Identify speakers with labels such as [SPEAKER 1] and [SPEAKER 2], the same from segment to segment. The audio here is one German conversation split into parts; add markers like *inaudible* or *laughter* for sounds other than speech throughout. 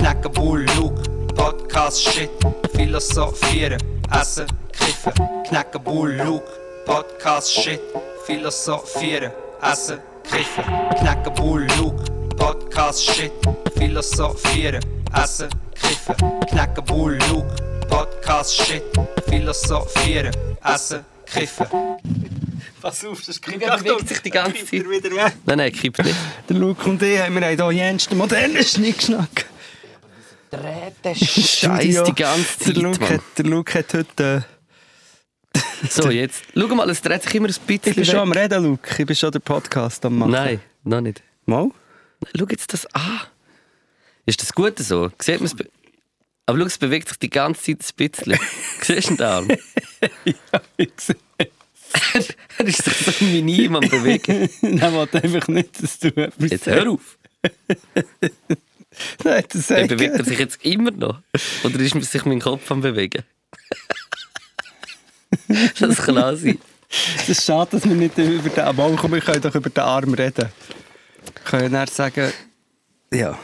[SPEAKER 1] Legen Bullug, Podcast Shit, Philosophieren, Essen, Kiffen. Knecken Bullug, Podcast Shit, Philosophieren, Essen, Kiffen. Knecken Bullug, Podcast Shit, Philosophieren, Essen, Kiffen. Knecken Bullug, Podcast Shit, Philosophieren, Essen, Kiffen.
[SPEAKER 2] Pass auf, das kippt.
[SPEAKER 3] Liga bewegt sich die ganze
[SPEAKER 2] Kippt er wieder weg.
[SPEAKER 3] Nein, nein, kippt nicht.
[SPEAKER 4] Der Luke und ich haben wir hier jensten modernen Schnickschnack.
[SPEAKER 3] Dreht Scheiß die ganze Zeit.
[SPEAKER 4] Der Luke,
[SPEAKER 3] Mann.
[SPEAKER 4] hat, der Luke hat heute...
[SPEAKER 3] So, jetzt. Schau mal, es dreht sich immer ein
[SPEAKER 4] Äh, ich
[SPEAKER 3] bisschen.
[SPEAKER 4] bin schon am
[SPEAKER 3] weg.
[SPEAKER 4] Reden, Luke. Ich bin schon der Podcast am machen.
[SPEAKER 3] Nein, noch nicht.
[SPEAKER 4] *laughs* Mal?
[SPEAKER 3] Schau jetzt das an. Ist das gut so? Sieht man's be- Aber schau, es bewegt sich die ganze Zeit ein
[SPEAKER 4] *laughs*
[SPEAKER 3] bisschen. Siehst du den Arm?
[SPEAKER 4] Ich sehe.
[SPEAKER 3] Er ist sich so minim am Bewegen.
[SPEAKER 4] Nein, wollte einfach nicht, dass du etwas
[SPEAKER 3] Jetzt
[SPEAKER 4] *laughs*
[SPEAKER 3] hör auf.
[SPEAKER 4] Nein, das
[SPEAKER 3] Dann
[SPEAKER 4] sag
[SPEAKER 3] bewegt er sich jetzt immer noch. Oder ist sich mein Kopf am
[SPEAKER 4] *laughs*
[SPEAKER 3] Bewegen? Das kann auch sein.
[SPEAKER 4] Es ist schade, dass wir nicht über den Arm kommen. Wir können doch über den Arm reden. Wir können dann sagen... Ja.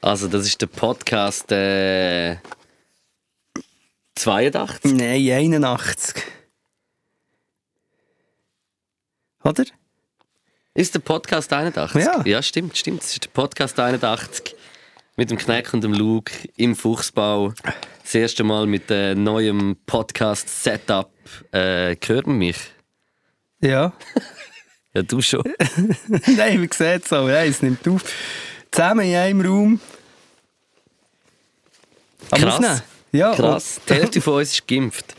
[SPEAKER 3] Also, das ist der Podcast äh, 82.
[SPEAKER 4] Nein, 81. Oder?
[SPEAKER 3] Ist der Podcast 81?
[SPEAKER 4] Ja.
[SPEAKER 3] ja stimmt, stimmt. Es ist der Podcast 81 mit dem Kneck und dem Luke im Fuchsbau. Das erste Mal mit äh, neuem Podcast-Setup. Äh, hört man mich?
[SPEAKER 4] Ja.
[SPEAKER 3] Ja, du
[SPEAKER 4] *laughs*
[SPEAKER 3] schon.
[SPEAKER 4] Oh, Nein, man sieht es aber. Nein, es nimmt auf. Zusammen in einem Raum. Am
[SPEAKER 3] Krass.
[SPEAKER 4] Aufnehmen. Ja,
[SPEAKER 3] Krass.
[SPEAKER 4] und
[SPEAKER 3] Die Hälfte von uns ist geimpft.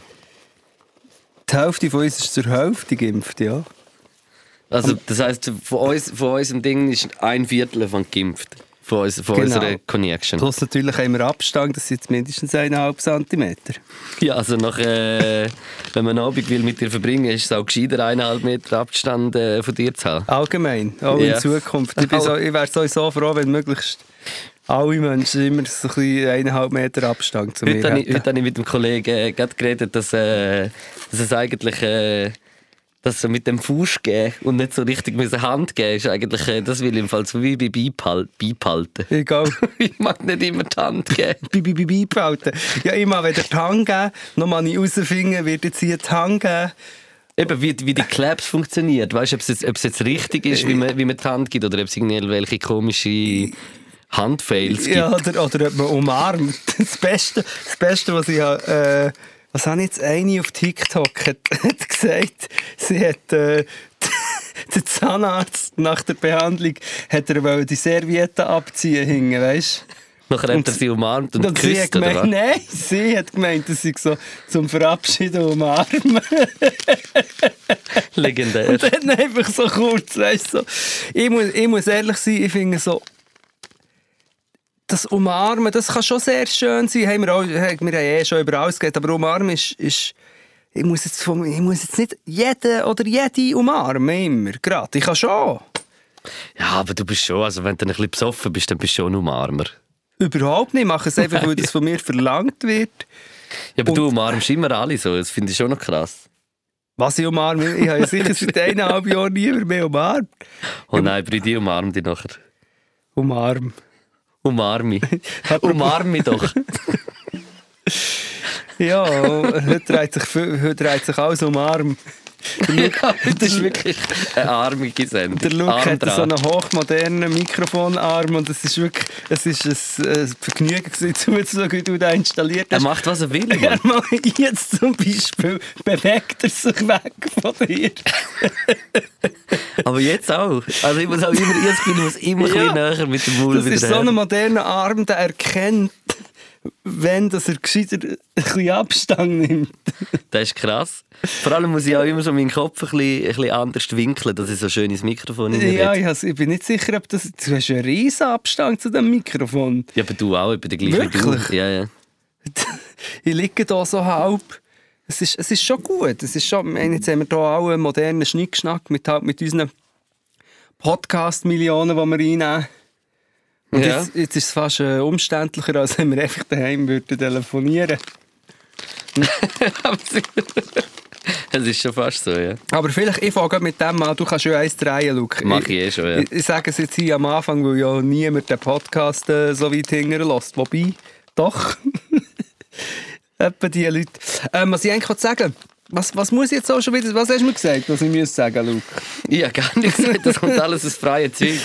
[SPEAKER 4] Die Hälfte von uns ist zur Hälfte geimpft, ja.
[SPEAKER 3] Also, das heisst, von, uns, von unserem Ding ist ein Viertel von geimpft. Von, uns, von
[SPEAKER 4] Genau.
[SPEAKER 3] unserer Connection.
[SPEAKER 4] Plus natürlich haben wir Abstand, das sind jetzt mindestens 1,5 Zentimeter.
[SPEAKER 3] *laughs* Ja, also nach, äh, wenn man einen Abend will mit dir verbringen will, ist es auch gescheiter, eineinhalb Meter Abstand äh, von dir zu haben.
[SPEAKER 4] Allgemein, auch
[SPEAKER 3] Ja.
[SPEAKER 4] in Zukunft. Ich, bin so, ich wäre sowieso froh, wenn möglichst alle Menschen immer so ein bisschen 1,5 Meter Abstand zu mir
[SPEAKER 3] Heute habe, ich,
[SPEAKER 4] hätten.
[SPEAKER 3] heute habe ich mit dem Kollegen äh, gerade geredet, dass, äh, dass es eigentlich äh, dass so mit dem Fuß gehen und nicht so richtig mit der Hand gehen ist eigentlich, äh, das will ich im Fall so wie bei Beipal- beibehalten. *laughs*
[SPEAKER 4] Egal.
[SPEAKER 3] ich mag nicht immer die Hand geben.
[SPEAKER 4] Bi- bi- bi- bi- behalten. Ja, ich mag weder die Hand geben, noch mal ich herausfinden, wird jetzt hier die Hand geben.
[SPEAKER 3] Eben, wie, wie die Claps funktioniert. Weißt du, ob es jetzt, ob es jetzt richtig ist, wie man, wie man die Hand gibt oder ob es irgendwelche komischen Handfails gibt.
[SPEAKER 4] Ja, oder, oder ob man umarmt. *laughs* Das Beste, das Beste was ich habe, äh, was habe ich jetzt eine auf TikTok hat, *laughs* hat gesagt, sie hat äh, *laughs* der Zahnarzt nach der Behandlung hat er wollte die Serviette abziehen hingen, weißt
[SPEAKER 3] Nachher hat er sie umarmt und,
[SPEAKER 4] Und sie hat
[SPEAKER 3] geküsst, oder
[SPEAKER 4] gemeint,
[SPEAKER 3] was?
[SPEAKER 4] nein, sie hat gemeint, das sei so zum Verabschieden umarmen.
[SPEAKER 3] Legendär.
[SPEAKER 4] Und *laughs* äh, dann einfach so kurz, weißt du. So. Ich, muss, ich muss ehrlich sein, ich finde so. Das Umarmen, das kann schon sehr schön sein. Haben wir, auch, wir haben eh schon über alles geredet, aber Umarmen ist. ist ich, muss jetzt vom, ich muss jetzt nicht jeden oder jede umarmen, immer. Gerade. Ich kann schon.
[SPEAKER 3] Ja, aber du bist schon, also wenn du ein bisschen besoffen bist, dann bist du schon ein Umarmer.
[SPEAKER 4] Überhaupt nicht. Ich mache es einfach, weil das von mir verlangt wird.
[SPEAKER 3] Ja, aber
[SPEAKER 4] Und-
[SPEAKER 3] du umarmst immer alle so, das finde ich schon noch krass.
[SPEAKER 4] Was ich umarme, ich habe ja sicher seit eineinhalb Jahren niemand mehr umarmt.
[SPEAKER 3] Oh nein, Brüdi, umarm dich nachher.
[SPEAKER 4] Umarm.
[SPEAKER 3] Umarm
[SPEAKER 4] *laughs*
[SPEAKER 3] mich. umarm mich doch.
[SPEAKER 4] Ja, *laughs* heute dreht sich, viel- heute dreht sich alles um umarm.
[SPEAKER 3] Ja, das ist wirklich eine armige Sendung.
[SPEAKER 4] Der Luke
[SPEAKER 3] Arm
[SPEAKER 4] hat so
[SPEAKER 3] dran.
[SPEAKER 4] einen hochmodernen Mikrofonarm und es ist wirklich es ist ein, ein Vergnügen gewesen, *laughs* um zuzuschauen, wie du den installiert
[SPEAKER 3] Er
[SPEAKER 4] hast.
[SPEAKER 3] macht, was er will.
[SPEAKER 4] Ja, *laughs*
[SPEAKER 3] Mann.
[SPEAKER 4] mal jetzt zum Beispiel bewegt er sich weg von dir.
[SPEAKER 3] Aber jetzt auch. Also ich muss auch immer, jetzt bin ich muss immer
[SPEAKER 4] Ja.
[SPEAKER 3] ein bisschen näher mit dem Maul
[SPEAKER 4] Das
[SPEAKER 3] wieder
[SPEAKER 4] ist so
[SPEAKER 3] her.
[SPEAKER 4] ein moderner Arm, der erkennt, wenn dass er gescheiter äh, ein bisschen Abstand nimmt.
[SPEAKER 3] Das ist krass. Vor allem muss ich auch immer so meinen Kopf ein bisschen, ein bisschen anders winkeln, dass ich so schön ins Mikrofon hinein
[SPEAKER 4] Ja,
[SPEAKER 3] rede.
[SPEAKER 4] ich has- ich bin nicht sicher, ob das... Du hast einen riesen Abstand zu dem Mikrofon.
[SPEAKER 3] Ja, aber du auch, ich bin der gleiche wie
[SPEAKER 4] Wirklich?
[SPEAKER 3] Du. Ja, ja.
[SPEAKER 4] *laughs* ich liege da so halb. Es ist, es ist schon gut. Es ist schon, ich meine, jetzt haben wir hier auch einen modernen Schnickschnack mit, halt mit unseren Podcast-Millionen, die wir reinnehmen. Und
[SPEAKER 3] Ja.
[SPEAKER 4] jetzt, jetzt ist es fast äh, umständlicher, als wenn wir einfach daheim würden telefonieren
[SPEAKER 3] Aber sie- Es ist schon fast so, ja.
[SPEAKER 4] Aber vielleicht, ich fange gerade mit dem an, du kannst ja eins drehen, Luke.
[SPEAKER 3] Mach ich eh schon, *laughs* ja.
[SPEAKER 4] Ich, ich sage es jetzt hier am Anfang, weil ja niemand den Podcast äh, so weit hinterlässt. Wobei, doch. *laughs* Etwa die Leute. Ähm, was ich eigentlich wollte sagen was, was muss ich jetzt auch schon wieder, was hast du mir gesagt, was ich muss sagen, Luke?
[SPEAKER 3] Ich habe gar nicht gesagt, das kommt alles aus freien Zeug.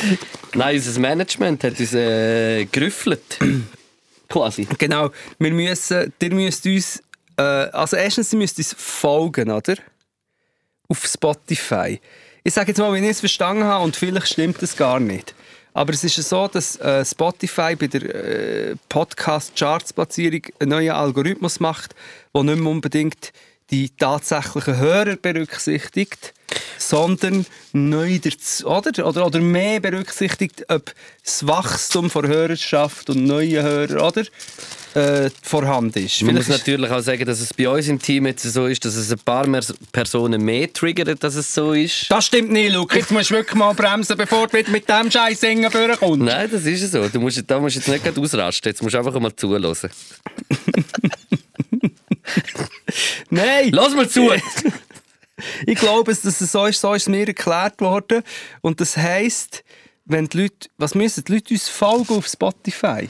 [SPEAKER 3] Nein, unser Management hat uns äh, gerüffelt. *clears throat* Quasi.
[SPEAKER 4] Genau, wir müssen, ihr müsst uns, äh, also erstens, ihr müsst uns folgen, oder? Auf Spotify. Ich sage jetzt mal, wenn ich es verstanden habe, und vielleicht stimmt es gar nicht. Aber es ist ja so, dass äh, Spotify bei der äh, Podcast-Charts-Platzierung einen neuen Algorithmus macht, der nicht mehr unbedingt die tatsächlichen Hörer berücksichtigt, sondern neu dazu, oder? Oder, oder mehr berücksichtigt, ob das Wachstum von Hörerschaft und neuen Hörern, oder? Äh, vorhanden ist.
[SPEAKER 3] Man muss
[SPEAKER 4] Vielleicht ist-
[SPEAKER 3] natürlich auch sagen, dass es bei uns im Team jetzt so ist, dass es ein paar mehr Personen mehr triggert, dass es so ist.
[SPEAKER 4] Das stimmt nicht, Luke. Jetzt musst du wirklich mal bremsen, bevor du wieder mit dem Scheiß singen vorkommst.
[SPEAKER 3] Nein, das ist so. Du musst, da musst du jetzt nicht gerade ausrasten. Jetzt musst du einfach mal zuhören.
[SPEAKER 4] Nein!
[SPEAKER 3] Lass mal *laughs* zu!
[SPEAKER 4] Ich glaube, es- dass es so ist, so ist es mir erklärt worden. Und das heisst, wenn die Leute, was müssen die Leute uns folgen auf Spotify?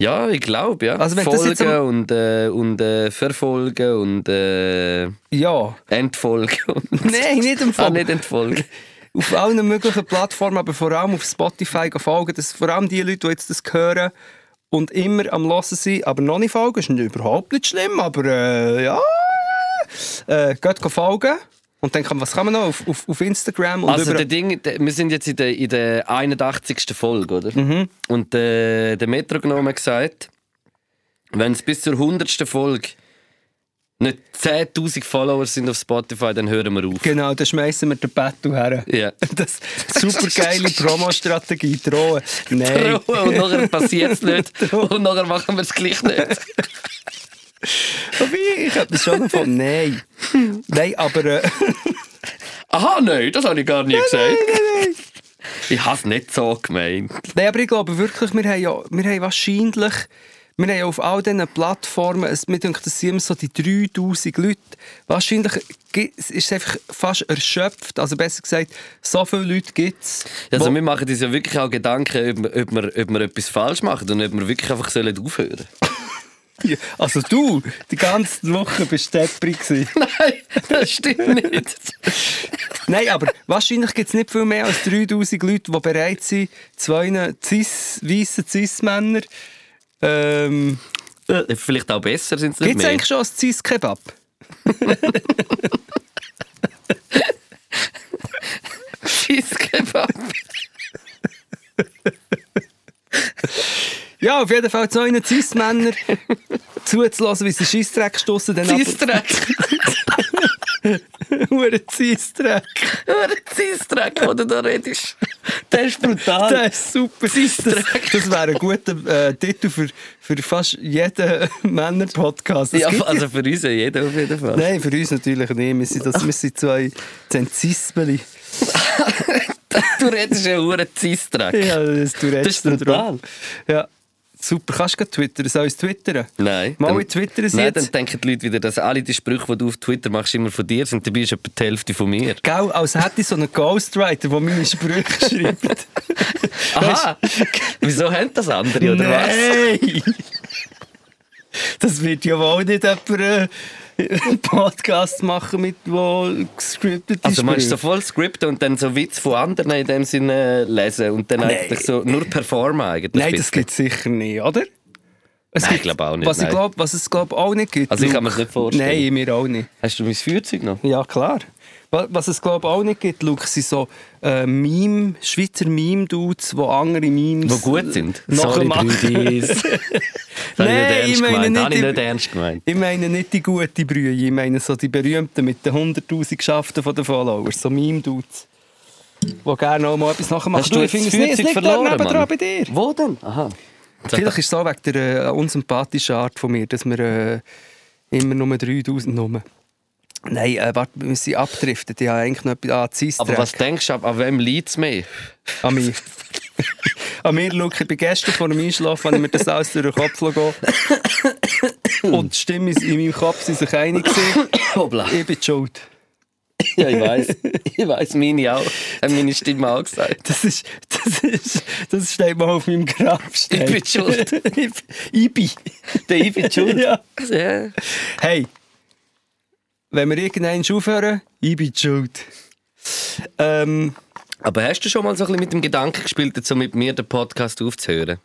[SPEAKER 3] Ja, ich glaube, ja.
[SPEAKER 4] Also wenn das jetzt
[SPEAKER 3] Folgen
[SPEAKER 4] am-
[SPEAKER 3] und, äh, und äh, verfolgen und äh,
[SPEAKER 4] Ja.
[SPEAKER 3] entfolgen.
[SPEAKER 4] Nein, nicht im
[SPEAKER 3] ah,
[SPEAKER 4] Fall.
[SPEAKER 3] nicht entfolgen.
[SPEAKER 4] Auf allen möglichen Plattformen, aber vor allem auf Spotify gehen folgen. Dass vor allem die Leute, die jetzt das hören und immer am Hören sind, aber noch nicht folgen, ist nicht- überhaupt nicht schlimm, aber äh, ja. Äh, geht gehen folgen. Und dann kann, was kann man noch auf, auf, auf Instagram und
[SPEAKER 3] Also der
[SPEAKER 4] überall-
[SPEAKER 3] Ding, der, wir sind jetzt in der, in der 81. Folge, oder? Und äh, der Metronom hat gesagt, wenn es bis zur 100. Folge nicht 10'000 Follower sind auf Spotify, dann hören wir *laughs* auf.
[SPEAKER 4] Genau, dann schmeißen wir den Battle *laughs* her.
[SPEAKER 3] Ja.
[SPEAKER 4] Das super *laughs* geile Promo-Strategie. Drohen. Nein.
[SPEAKER 3] Und nachher passiert es *laughs* nicht. Und nachher machen wir es gleich nicht.
[SPEAKER 4] Wobei, ich habe das schon noch von. Nein. Nein, aber. Äh, *laughs*
[SPEAKER 3] Aha, nein, das habe ich gar nie gesagt. *laughs* Ich habe es nicht so gemeint.
[SPEAKER 4] Nein, aber ich glaube wirklich, wir haben, ja, wir haben wahrscheinlich, wir haben ja auf all diesen Plattformen, es, mir denkt, das sind immer so die 3000 Leute. Wahrscheinlich gi- es ist es einfach fast erschöpft, also besser gesagt, so viele Leute gibt es.
[SPEAKER 3] Also wir machen uns ja wirklich auch Gedanken, ob, ob, wir, ob wir etwas falsch machen und ob wir wirklich einfach sollen aufhören *laughs*
[SPEAKER 4] *laughs* also du, die ganze Woche bist du depprig gewesen.
[SPEAKER 3] Nein, das stimmt nicht.
[SPEAKER 4] Nein, aber wahrscheinlich gibt es nicht viel mehr als 3000 Leute, die bereit sind, zwei cis, weissen Cis-Männer. Ähm,
[SPEAKER 3] Äh, Vielleicht auch besser sind es nicht
[SPEAKER 4] gibt es
[SPEAKER 3] mehr.
[SPEAKER 4] eigentlich schon ein Cis-Kebab?
[SPEAKER 3] Cheesecake.
[SPEAKER 4] Ja, auf jeden Fall zu einem
[SPEAKER 3] *laughs*
[SPEAKER 4] Cis-Männer zuzulassen, wie sie Scheissdreck stossen, dann *laughs*
[SPEAKER 3] Cheesecake.
[SPEAKER 4] nur ein Scheissdreck.
[SPEAKER 3] Hör Cheesecake, wo du da redest. Der ist brutal.
[SPEAKER 4] Das ist super.
[SPEAKER 3] Scheissdreck.
[SPEAKER 4] Das, das wäre ein guter äh, Titel für, für fast jeden Männer-Podcast. Das
[SPEAKER 3] ja,
[SPEAKER 4] gibt-
[SPEAKER 3] also für uns ja jeder auf jeden Fall.
[SPEAKER 4] Nein, für uns natürlich nicht. Wir sind, das, wir sind zwei Zensismeli.
[SPEAKER 3] Du redest ja hure Cheesecake.
[SPEAKER 4] Ja, das, du
[SPEAKER 3] Das
[SPEAKER 4] redest
[SPEAKER 3] ist brutal.
[SPEAKER 4] Ja. Super, kannst du gleich twittern? Soll ich twittern?
[SPEAKER 3] Nein.
[SPEAKER 4] Mal,
[SPEAKER 3] dann-
[SPEAKER 4] ich twittere sie
[SPEAKER 3] Nein,
[SPEAKER 4] jetzt.
[SPEAKER 3] dann denken die Leute wieder, dass alle die Sprüche, die du auf Twitter machst, immer von dir sind. Dabei ist etwa die Hälfte von mir.
[SPEAKER 4] Gell, als hätte ich so einen Ghostwriter, der meine Sprüche schreibt.
[SPEAKER 3] *laughs* Aha! Wieso haben das andere, oder was?
[SPEAKER 4] Nein! Das wird ja wohl nicht jemand äh, einen Podcast machen, mit wo gescriptet ist.
[SPEAKER 3] Also man ist so voll Skripte und dann so Witz von anderen in dem Sinne lesen und dann eigentlich so nur performen eigentlich.
[SPEAKER 4] Nein,
[SPEAKER 3] ein
[SPEAKER 4] das
[SPEAKER 3] bisschen.
[SPEAKER 4] gibt es sicher nicht, oder? Es
[SPEAKER 3] Nein,
[SPEAKER 4] gibt-
[SPEAKER 3] ich glaube auch nicht,
[SPEAKER 4] Was, ich
[SPEAKER 3] nein.
[SPEAKER 4] glaub, was es glaub auch nicht gibt.
[SPEAKER 3] Also ich kann
[SPEAKER 4] Luke.
[SPEAKER 3] mir's nicht vorstellen.
[SPEAKER 4] Nein, mir auch nicht.
[SPEAKER 3] Hast du mein Feuerzeug noch?
[SPEAKER 4] Ja, klar. Wa- Was es glaube auch nicht gibt, Luke, sind so äh, Meme, Schweizer Meme-Dudes, die andere Memes...
[SPEAKER 3] Die gut sind?
[SPEAKER 4] nachmachen.
[SPEAKER 3] *laughs* Brüdis. das
[SPEAKER 4] Nein,
[SPEAKER 3] habe ich nicht ernst
[SPEAKER 4] ich meine
[SPEAKER 3] gemeint. Das habe ich
[SPEAKER 4] nicht
[SPEAKER 3] nicht
[SPEAKER 4] die-
[SPEAKER 3] ernst gemeint.
[SPEAKER 4] Ich meine nicht die gute Brühe, ich meine so die berühmten mit den 100'000 Schaften von den Followers, so Meme-Dudes, die gerne auch mal etwas nachmachen.
[SPEAKER 3] Hast du jetzt
[SPEAKER 4] ich finde es
[SPEAKER 3] das
[SPEAKER 4] nicht, es
[SPEAKER 3] Feuerzeug
[SPEAKER 4] liegt da
[SPEAKER 3] verloren,
[SPEAKER 4] nebendran
[SPEAKER 3] Mann?
[SPEAKER 4] bei dir.
[SPEAKER 3] Wo denn? Aha.
[SPEAKER 4] Vielleicht ist es so wegen der äh, unsympathischen Art von mir, dass wir äh, immer nur 3'000 Nummern... Nein, äh, warte, wir sind abgedriftet, ich habe eigentlich noch etwas... Ah, Zeissdreck.
[SPEAKER 3] Aber was denkst du, ab, an wem liegt es *laughs* mehr?
[SPEAKER 4] An *laughs* mich. An mir, Luke, ich bin gestern vor dem Einschlafen, habe ich mir das alles durch den Kopf gehen Und die Stimmen in meinem Kopf sind sich einig. gewesen.
[SPEAKER 3] Hoppla.
[SPEAKER 4] Ich bin die schuld.
[SPEAKER 3] Ja, ich weiß. *laughs* Ich weiß, meine auch. Hat meine Stimme auch gesagt.
[SPEAKER 4] Das ist, das ist, das steht mal auf meinem Grabstein.
[SPEAKER 3] Ich bin die schuld.
[SPEAKER 4] ich, ich bin.
[SPEAKER 3] Der ich bin die schuld.
[SPEAKER 4] Ja.
[SPEAKER 3] *laughs* Ja.
[SPEAKER 4] Hey, wenn wir irgendeinen aufhören, ich bin die schuld. Ähm,
[SPEAKER 3] Aber hast du schon mal so ein bisschen mit dem Gedanken gespielt, jetzt so mit mir den Podcast aufzuhören?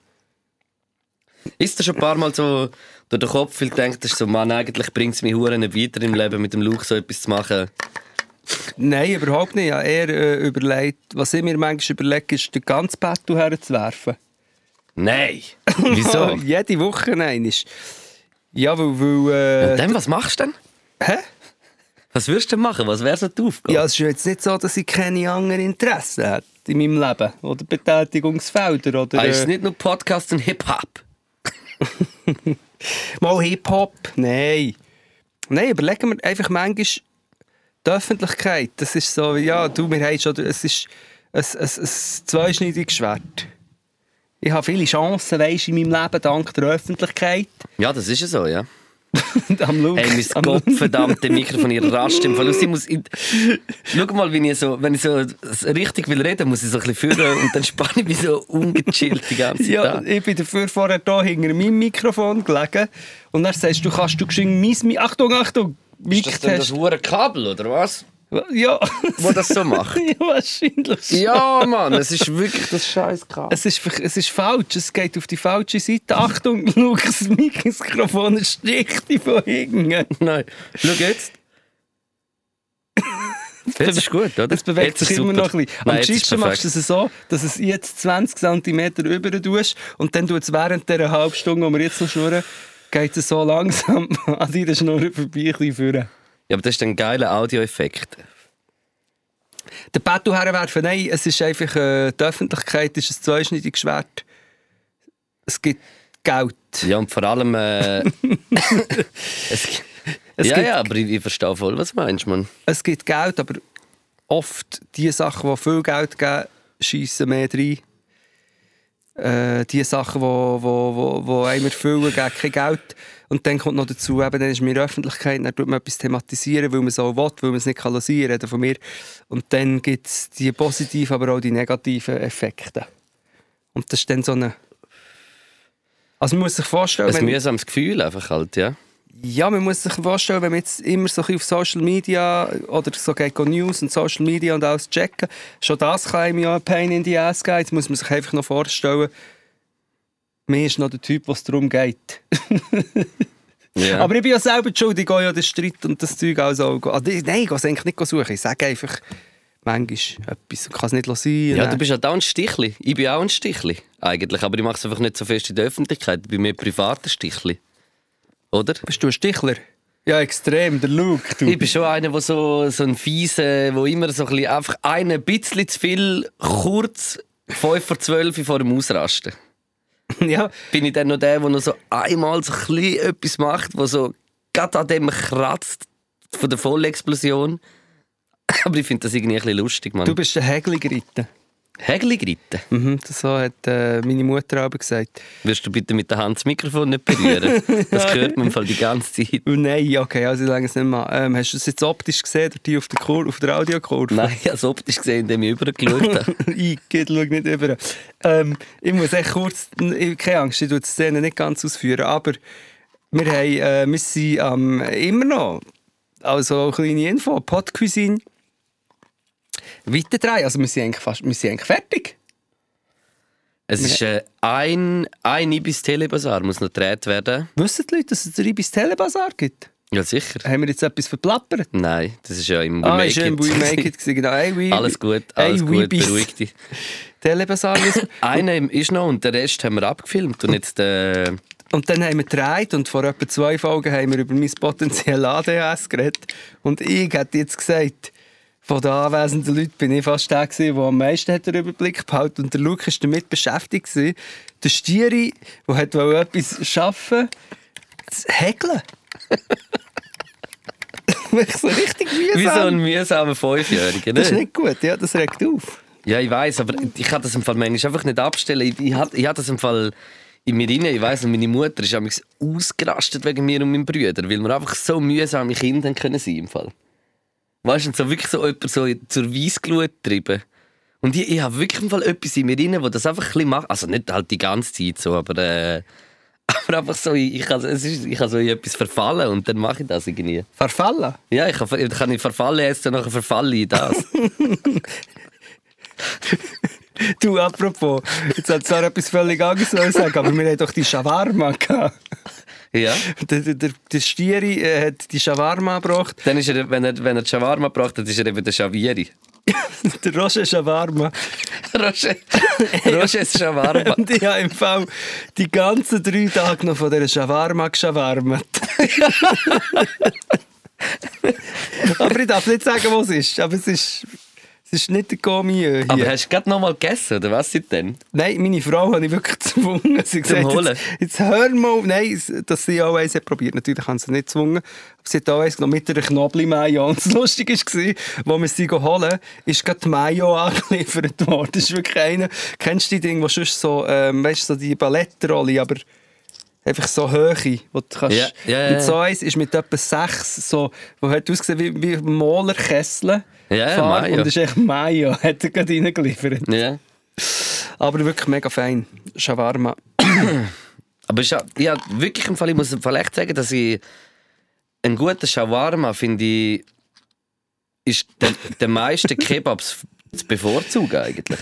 [SPEAKER 3] Ist dir schon ein paar Mal so durch den Kopf viel gedacht, dass du so, Mann, eigentlich bringt es mich Huren nicht weiter im Leben, mit dem Luch so etwas zu machen?
[SPEAKER 4] nein, überhaupt nicht. Ich habe eher äh, überlegt, was ich mir manchmal überlege, ist, den ganzen Battle herzuwerfen.
[SPEAKER 3] Nein! *laughs* Wieso?
[SPEAKER 4] Oh. Jede Woche nein ist. Ja, weil. weil
[SPEAKER 3] Und
[SPEAKER 4] äh,
[SPEAKER 3] dann, was machst du denn?
[SPEAKER 4] hä?
[SPEAKER 3] Was würdest du denn machen? Was wäre so die Aufgabe?
[SPEAKER 4] Ja, es ist ja jetzt nicht so, dass ich keine anderen Interessen hätte in meinem Leben. Oder Betätigungsfelder. Oder,
[SPEAKER 3] ah, ist es
[SPEAKER 4] äh,
[SPEAKER 3] nicht nur Podcast und Hip-Hop?
[SPEAKER 4] Mal Hip-Hop. Nein. Nein, überlegen wir einfach manchmal die Öffentlichkeit. Das ist so, wie, ja, du, wir haben schon, es ist ein, ein, ein zweischneidiges Schwert. Ich habe viele Chancen, weisst du, in meinem Leben, dank der Öffentlichkeit. *laughs*
[SPEAKER 3] Ja, das ist ja so, ja.
[SPEAKER 4] Und am Luke.
[SPEAKER 3] Hey, mein
[SPEAKER 4] am
[SPEAKER 3] gottverdammte Mikrofon, ihr rast im Fall aus. Ich muss in... Schau mal, wenn ich so, wenn ich so richtig will reden, muss ich so ein bisschen führen und dann spanne ich mich so ungechillt die ganze Zeit
[SPEAKER 4] Ja,
[SPEAKER 3] an.
[SPEAKER 4] ich bin dafür vorher hier hinter meinem Mikrofon gelegen. Und dann sagst du, kannst du geschwind mein Mi- Achtung, Achtung! Mic testen.
[SPEAKER 3] hure Kabel, oder was?
[SPEAKER 4] Ja. *laughs*
[SPEAKER 3] Wo das so macht?
[SPEAKER 4] ja, wahrscheinlich schon.
[SPEAKER 3] Ja, Mann, es ist wirklich das scheiß Kabel.
[SPEAKER 4] Es ist, es ist falsch, es geht auf die falsche Seite. Achtung, *laughs* Lukas, das Mikrofon erstickt dich von hinten.
[SPEAKER 3] Nein, schau *laughs* jetzt. Jetzt ist gut, oder?
[SPEAKER 4] Das bewegt
[SPEAKER 3] Jetzt
[SPEAKER 4] sich
[SPEAKER 3] ist
[SPEAKER 4] immer
[SPEAKER 3] super.
[SPEAKER 4] noch ein bisschen. Am
[SPEAKER 3] Nein, jetzt ist
[SPEAKER 4] Schießen machst du es so, dass es jetzt 20 cm über tust und dann tut es während dieser halben Stunde, die wir jetzt noch schnurren, geht es so langsam *laughs* an deiner Schnur vorbei ein bisschen führen.
[SPEAKER 3] Ja, aber das ist ein geiler Audioeffekt.
[SPEAKER 4] Den Petto herwerfen, nein, es ist einfach, äh, die Öffentlichkeit ist ein zweischneidiges Schwert. Es gibt Geld.
[SPEAKER 3] Ja, und vor allem.
[SPEAKER 4] *laughs*
[SPEAKER 3] Äh, es,
[SPEAKER 4] Es
[SPEAKER 3] ja,
[SPEAKER 4] gibt-
[SPEAKER 3] ja, aber ich, ich verstehe voll, was du meinst man.
[SPEAKER 4] Es gibt Geld, aber oft die Sachen, die viel Geld geben, schiessen mehr rein. Äh, die Sachen, die wo, wo, wo einem erfüllen, geben kein Geld. Und dann kommt noch dazu, eben, dann ist mir Öffentlichkeit, dann tut man etwas thematisieren, weil man es auch will, weil man es nicht kann lassen, reden von mir. Und dann gibt es die positiven, aber auch die negativen Effekte. Und das ist dann so eine... Also man muss sich vorstellen...
[SPEAKER 3] Ein
[SPEAKER 4] wenn-
[SPEAKER 3] mühsames Gefühl einfach halt, ja.
[SPEAKER 4] ja, man muss sich vorstellen, wenn man jetzt immer so ein bisschen auf Social Media oder so geht go News und Social Media und alles checken, schon das kann einem ja ein Pain in the Ass gehen. Jetzt muss man sich einfach noch vorstellen, man ist noch der Typ, was darum geht.
[SPEAKER 3] ja.
[SPEAKER 4] Aber ich bin ja selber die schuld, ich gehe ja den Streit und das Zeug also auch. Ah, die- Nein, ich gehe es eigentlich nicht suchen. Ich sage einfach manchmal etwas und kann es nicht lassen.
[SPEAKER 3] ja, du bist halt auch ein Stichli. Ich bin auch ein Stichli, eigentlich. Aber ich mache es einfach nicht so fest in der Öffentlichkeit. Ich bin mehr privater Stichli. Oder?
[SPEAKER 4] bist du ein Stichler? Ja, extrem, der Luke. Du.
[SPEAKER 3] Ich bin schon einer, der so, so ein fiese, wo immer so ein bisschen, einfach einen ein bisschen zu viel kurz 5 vor 12 Uhr vor dem Ausrasten.
[SPEAKER 4] *laughs* ja,
[SPEAKER 3] bin ich dann noch der, der noch so einmal so ein bisschen etwas macht, wo so gerade an dem kratzt von der Vollexplosion. *laughs* Aber ich finde das irgendwie ein bisschen lustig, man.
[SPEAKER 4] du bist ein Hägli geritten.
[SPEAKER 3] Hägeligritte.
[SPEAKER 4] Mhm, das so hat äh, meine Mutter auch gesagt.
[SPEAKER 3] Wirst du bitte mit der Hand das Mikrofon nicht berühren? Das hört man im Fall die ganze Zeit.
[SPEAKER 4] Oh Nein, okay, also ich lange es nicht mehr. Ähm, hast du es jetzt optisch gesehen, oder die auf der, Kur auf der Audiokurve?
[SPEAKER 3] Nein, ich habe es optisch gesehen, indem ich übergeschaut habe.
[SPEAKER 4] *laughs* ich geht, schau nicht über. Ähm, ich muss echt kurz, ich- keine Angst, ich tue die Szene nicht ganz ausführen, aber wir, haben, äh, wir sind ähm, immer noch, also kleine Info, Podcuisine, weiter drei, also wir sind eigentlich, fast, wir sind eigentlich fertig.
[SPEAKER 3] Es ist äh, ein, ein Ibis Telebasar, muss noch gedreht werden.
[SPEAKER 4] Wissen die Leute, dass es drei bis Telebasar gibt?
[SPEAKER 3] Ja, sicher.
[SPEAKER 4] Haben wir jetzt etwas verplappert?
[SPEAKER 3] Nein, das ist ja im We
[SPEAKER 4] ah,
[SPEAKER 3] Make
[SPEAKER 4] ist ja im
[SPEAKER 3] It.
[SPEAKER 4] We
[SPEAKER 3] *laughs*
[SPEAKER 4] Make It. gewesen, Genau. Hey, we,
[SPEAKER 3] Alles gut,
[SPEAKER 4] hey,
[SPEAKER 3] alles
[SPEAKER 4] we
[SPEAKER 3] gut,
[SPEAKER 4] bis
[SPEAKER 3] beruhig dich.
[SPEAKER 4] Telebasar müssen-
[SPEAKER 3] Einer im- ist noch und den Rest haben wir abgefilmt. Und jetzt äh,
[SPEAKER 4] Und dann haben wir gedreht und vor etwa zwei Folgen haben wir über mein potenzielles ADHS geredet. Und ich hätte jetzt gesagt, von den anwesenden Leuten bin ich fast der, gewesen, der am meisten hat den Überblick behalten Und der Luke war damit beschäftigt. Gewesen. Der Stieri, der hat wohl etwas schaffen zu häkeln. *laughs* Mich so richtig mühsam.
[SPEAKER 3] Wie so ein mühsamer Fünfjähriger.
[SPEAKER 4] das ist
[SPEAKER 3] ne?
[SPEAKER 4] nicht gut, ja, das regt auf.
[SPEAKER 3] Ja, ich weiß, aber ich kann das im Fall manchmal einfach nicht abstellen. Ich, ich, hab- ich hab das im Fall. in mir rein, ich weiss noch, meine Mutter ist amigs ausgerastet wegen mir und meinem Bruder, weil wir einfach so mühsame Kinder haben können sein im Fall. Weißt du, und so wirklich so jemand so zur Weissglut treiben. Und ich, ich habe wirklich im Fall etwas in mir rein, wo das einfach ein bisschen macht. Also nicht halt die ganze Zeit so, aber, äh, *laughs* aber einfach so, ich, ich, kann, es ist, ich kann so in etwas verfallen und dann mache ich das irgendwie.
[SPEAKER 4] Verfallen?
[SPEAKER 3] Ja, ich kann, dann kann ich verfallen essen und dann verfalle ich in das.
[SPEAKER 4] Du, apropos, jetzt hat zwar etwas völlig anderes sollen sagen, aber wir haben doch die Shawarma gehabt.
[SPEAKER 3] ja.
[SPEAKER 4] Der, der, der, der Stieri äh, hat die Shawarma gebracht,
[SPEAKER 3] Dann ist er, wenn er, wenn er Shawarma braucht, dann ist er eben der Shavieri.
[SPEAKER 4] *laughs* der Roger Shawarma.
[SPEAKER 3] *laughs* Roger, Roger ist
[SPEAKER 4] *laughs*
[SPEAKER 3] Shawarma.
[SPEAKER 4] Und ich habe im Fall die ganzen drei Tage noch von dieser Shawarma *laughs* geschawarmt. aber ich darf nicht sagen, wo es ist. Aber es ist, es ist nicht der Gourmet hier.
[SPEAKER 3] Aber hast du gerade nochmal gegessen, oder was seitdem?
[SPEAKER 4] Nein, meine Frau habe ich wirklich *laughs* gezwungen. Sie hat gesagt,
[SPEAKER 3] Holen?
[SPEAKER 4] jetzt, jetzt hör mal auf. Nein, s- dass sie auch eins hat probiert. Natürlich haben sie nicht gezwungen. Aber sie hat auch eins genommen mit einer Knobli-Mayo. Und das Lustige war, als wir sie holen, gehen, ist gerade die Mayo *laughs* angeliefert worden. Das ist wirklich eine. Kennst du die Dinge, die sonst so, ähm, weißt du, so die Ballettrolle, aber einfach so hohe, die du kannst...
[SPEAKER 3] Ja, ja, ja.
[SPEAKER 4] Und so eins ist mit etwa sechs, so, wo hat ausgesehen wie, wie Malerkessel.
[SPEAKER 3] Ja, ja,
[SPEAKER 4] Farbe.
[SPEAKER 3] Mayo.
[SPEAKER 4] Und das ist echt Mayo, *laughs* hat er gerade reingeliefert.
[SPEAKER 3] Ja.
[SPEAKER 4] Aber wirklich mega fein. Shawarma.
[SPEAKER 3] Aber Scha- ich hab wirklich im Fall, ich muss im Fall echt sagen, dass ich einen guten Shawarma finde, ich, ist den, den
[SPEAKER 4] *laughs*
[SPEAKER 3] meisten Kebabs zu bevorzugen eigentlich.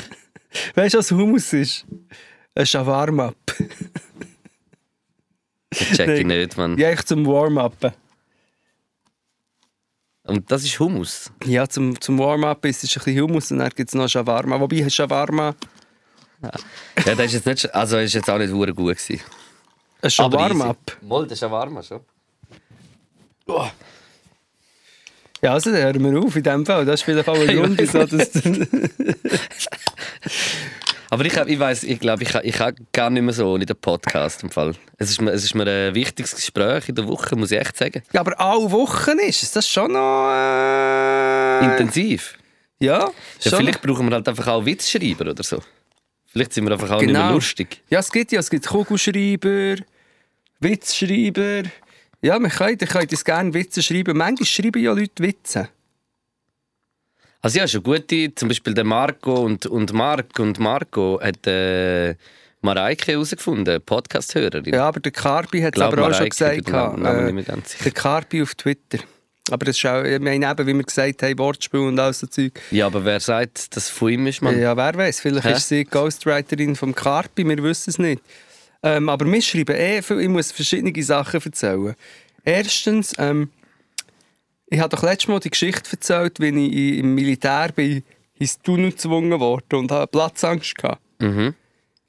[SPEAKER 4] Weißt du, was Hummus ist? Ein Shawarma.
[SPEAKER 3] *laughs* Das check ich
[SPEAKER 4] Nein.
[SPEAKER 3] nicht, Mann.
[SPEAKER 4] Ja, eigentlich zum Warm-Up.
[SPEAKER 3] Und das ist Hummus.
[SPEAKER 4] Ja, zum, zum Warm-Up ist es ein bisschen Hummus und dann gibt es noch Shawarma. Wobei Shawarma.
[SPEAKER 3] Ja, das ist jetzt, nicht, also ist jetzt auch nicht hure gut gewesen.
[SPEAKER 4] Ein Shawarma-Up.
[SPEAKER 3] Mal, das ist Shawarma schon.
[SPEAKER 4] Ja, also dann hören wir auf in dem Fall. Das ist vielleicht auch
[SPEAKER 3] *laughs*
[SPEAKER 4] eine
[SPEAKER 3] Ich
[SPEAKER 4] Runde. So, dass
[SPEAKER 3] Aber ich, hab- ich weiß, ich glaube, ich, ha- ich habe gar nicht mehr so ohne den Podcast im Fall. Es ist, mir- es ist mir ein wichtiges Gespräch in der Woche, muss ich echt sagen.
[SPEAKER 4] Ja, aber alle Wochen ist es. Das ist schon noch. Äh,
[SPEAKER 3] Intensiv.
[SPEAKER 4] Ja,
[SPEAKER 3] Ja,
[SPEAKER 4] schon
[SPEAKER 3] vielleicht brauchen wir halt einfach auch Witzschreiber oder so. Vielleicht sind wir einfach auch nicht mehr
[SPEAKER 4] Genau.
[SPEAKER 3] lustig.
[SPEAKER 4] Ja, es gibt ja, es gibt Kugelschreiber, Witzschreiber. Ja, man könnte, ich könnte es gerne Witze schreiben. Manchmal schreiben ja Leute Witze.
[SPEAKER 3] Also ja, schon gute, zum Beispiel der Marco und, und Marc und Marco hat äh, Mareike herausgefunden, Podcast-Hörerin.
[SPEAKER 4] Ja, aber der Carpi hat es
[SPEAKER 3] Glaub,
[SPEAKER 4] aber auch
[SPEAKER 3] Mareike,
[SPEAKER 4] schon
[SPEAKER 3] ich bin
[SPEAKER 4] gesagt.
[SPEAKER 3] mir
[SPEAKER 4] gehabt,
[SPEAKER 3] Namen
[SPEAKER 4] äh,
[SPEAKER 3] nicht mehr ganz sicher.
[SPEAKER 4] der Carpi auf Twitter. Aber das ist auch, ich meine, eben, wie wir gesagt haben, Wortspiel und all so Zeug.
[SPEAKER 3] Ja, aber wer sagt, dass es von ihm ist, Mann?
[SPEAKER 4] Ja, wer weiß, vielleicht
[SPEAKER 3] Hä?
[SPEAKER 4] ist sie die Ghostwriterin vom Carpi, wir wissen es nicht. Ähm, aber wir schreiben eh viel, ich muss verschiedene Sachen erzählen. Erstens, ähm, ich habe doch letztes Mal die Geschichte erzählt, wie ich i- im Militär bin, ins Tunnel gezwungen wurde und habe Platzangst gehabt.
[SPEAKER 3] Mhm.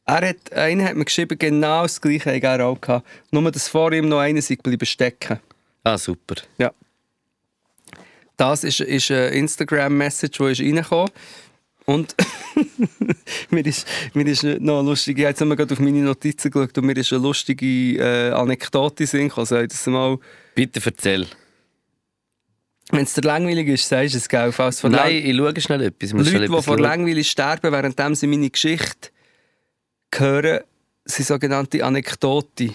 [SPEAKER 4] Er hat, einer hat mir geschrieben, genau das gleiche habe er auch gehabt. Nur, dass vor ihm noch einer sei geblieben stecken.
[SPEAKER 3] Ah, super.
[SPEAKER 4] Ja. Das ist, ist eine Instagram-Message, die ist reingekommen Und *laughs* mir, ist, mir ist noch eine lustige, ich habe jetzt haben wir gerade auf meine Notizen geschaut und mir ist eine lustige äh, Anekdote in den Sinn gekommen. Also, Soll ich das mal,
[SPEAKER 3] Bitte erzähl.
[SPEAKER 4] wenn es dir langweilig ist, sagst du es, gell? Falls von
[SPEAKER 3] Nein, ich schaue schnell etwas. Ich muss
[SPEAKER 4] Leute,
[SPEAKER 3] schnell
[SPEAKER 4] die
[SPEAKER 3] etwas
[SPEAKER 4] vor
[SPEAKER 3] schauen.
[SPEAKER 4] Langweile sterben, währenddem sie meine Geschichte hören, sind sogenannte Anekdote.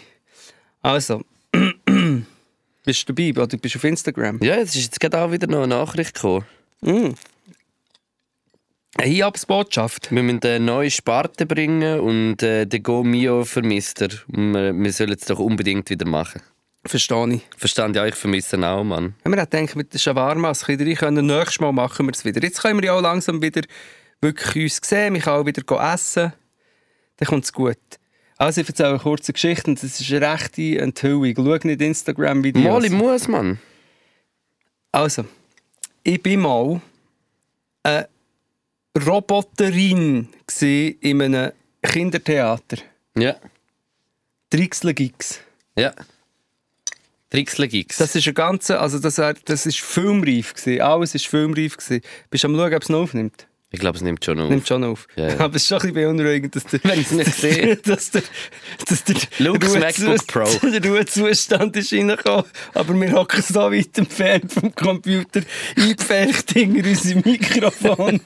[SPEAKER 4] Also, *clears throat* bist du dabei oder bist du auf Instagram?
[SPEAKER 3] Ja, es ist jetzt gerade auch wieder noch eine Nachricht gekommen.
[SPEAKER 4] Eine Hiobsbotschaft.
[SPEAKER 3] Wir müssen eine neue Sparte bringen und äh, den Go Mio vermisst er. Und Wir, wir sollen es doch unbedingt wieder machen.
[SPEAKER 4] Verstehe ich.
[SPEAKER 3] Verstand ja, ich vermisse ihn auch, Mann.
[SPEAKER 4] Ja, wir haben gedacht, mit der Shawarma als Kinder können, nächstes Mal machen wir es wieder. Jetzt können wir ja auch langsam wieder wirklich uns sehen, wir können auch wieder go essen. Dann kommt es gut. Also, ich erzähle eine kurze Geschichte und das ist eine rechte Enthüllung. Schau nicht
[SPEAKER 3] Mal ich
[SPEAKER 4] Instagram-Videos.
[SPEAKER 3] muss, Mann.
[SPEAKER 4] Also, ich bin mal eine Roboterin gewesen in einem Kindertheater.
[SPEAKER 3] Ja,
[SPEAKER 4] Trixle Gigs.
[SPEAKER 3] ja. Trixle Gigs.
[SPEAKER 4] Das ist ein ganze, also das, wär- das ist filmreif gewesen. Alles ist filmreif gewesen. Bist du am schauen, ob es noch aufnimmt?
[SPEAKER 3] Ich glaube, es nimmt schon auf.
[SPEAKER 4] Nimmt schon auf.
[SPEAKER 3] Ja, ja.
[SPEAKER 4] *laughs* Aber es ist schon ein bisschen beunruhigend, *laughs* dass der,
[SPEAKER 3] Wenn ich's nicht sehe.
[SPEAKER 4] dass der, dass der
[SPEAKER 3] Luke's
[SPEAKER 4] Ruhe-
[SPEAKER 3] MacBook Pro.
[SPEAKER 4] der Ruhezustand ist reingekommen. Aber wir hocken so weit entfernt vom Computer, eingepfercht hinter unserem
[SPEAKER 3] *laughs*
[SPEAKER 4] Mikrofon.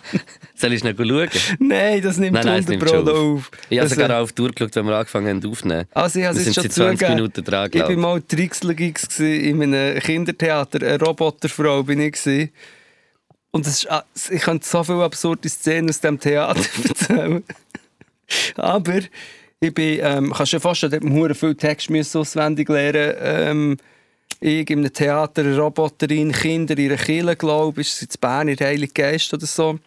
[SPEAKER 3] Soll ich noch
[SPEAKER 4] *laughs*
[SPEAKER 3] schauen?
[SPEAKER 4] nein, das nimmt
[SPEAKER 3] Nein, nein, es nimmt schon
[SPEAKER 4] 100 Pro
[SPEAKER 3] auf.
[SPEAKER 4] auf.
[SPEAKER 3] Ich habe
[SPEAKER 4] Das,
[SPEAKER 3] sogar
[SPEAKER 4] äh,
[SPEAKER 3] auf die Uhr geschaut, wenn wir angefangen haben aufzunehmen.
[SPEAKER 4] also ich habe
[SPEAKER 3] Wir
[SPEAKER 4] es
[SPEAKER 3] sind
[SPEAKER 4] jetzt schon
[SPEAKER 3] seit 20
[SPEAKER 4] zugegeben.
[SPEAKER 3] Minuten dran,
[SPEAKER 4] Ich
[SPEAKER 3] glaub.
[SPEAKER 4] bin mal Trixler-Gix gewesen in einem Kindertheater. Eine Roboterfrau bin ich. Gewesen. Und das ist, ah, ich könnte so viele absurde Szenen aus dem Theater *laughs* erzählen. Aber ich bin, ähm, kannst du ja fast schon dort hure viel Text müssen auswendig lernen. Ähm, ich in einem Theater, eine Roboterin, Kinder in einer Kirche, glaube ich, ist es in Bern, in der Heilige Geist oder so.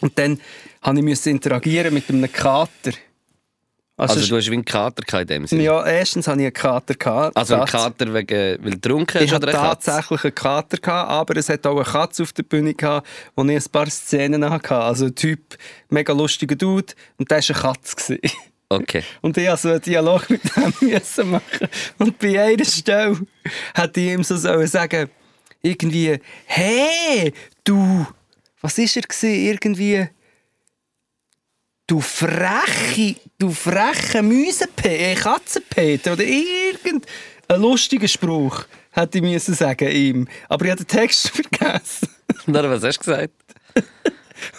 [SPEAKER 4] Und dann musste ich interagieren mit einem Kater.
[SPEAKER 3] Also,
[SPEAKER 4] es-
[SPEAKER 3] du hast wie einen Kater gehabt in dem Sinne.
[SPEAKER 4] ja, erstens hatte ich einen Kater. Gehabt,
[SPEAKER 3] Also einen
[SPEAKER 4] Tats-
[SPEAKER 3] Kater wegen, weil du getrunken
[SPEAKER 4] Ich
[SPEAKER 3] hast
[SPEAKER 4] hatte
[SPEAKER 3] oder eine Katze?
[SPEAKER 4] tatsächlich einen Kater, gehabt, aber es hat auch eine Katze auf der Bühne, gehabt, wo ich ein paar Szenen hatte. Also ein Typ, mega lustiger Dude, und der war eine Katze. gewesen.
[SPEAKER 3] Okay. *laughs*
[SPEAKER 4] Und ich musste so einen Dialog mit dem *laughs* müssen machen. Und bei einer Stelle hätte ich ihm so sollen sagen irgendwie, hey, du, was war er? Gewesen? Irgendwie, du freche, du freche Mäusepeter, Katzenpeter oder irgendein lustiger Spruch hätte ich müssen sagen ihm. Aber ich habe den Text *laughs* vergessen.
[SPEAKER 3] Na, was hast du gesagt?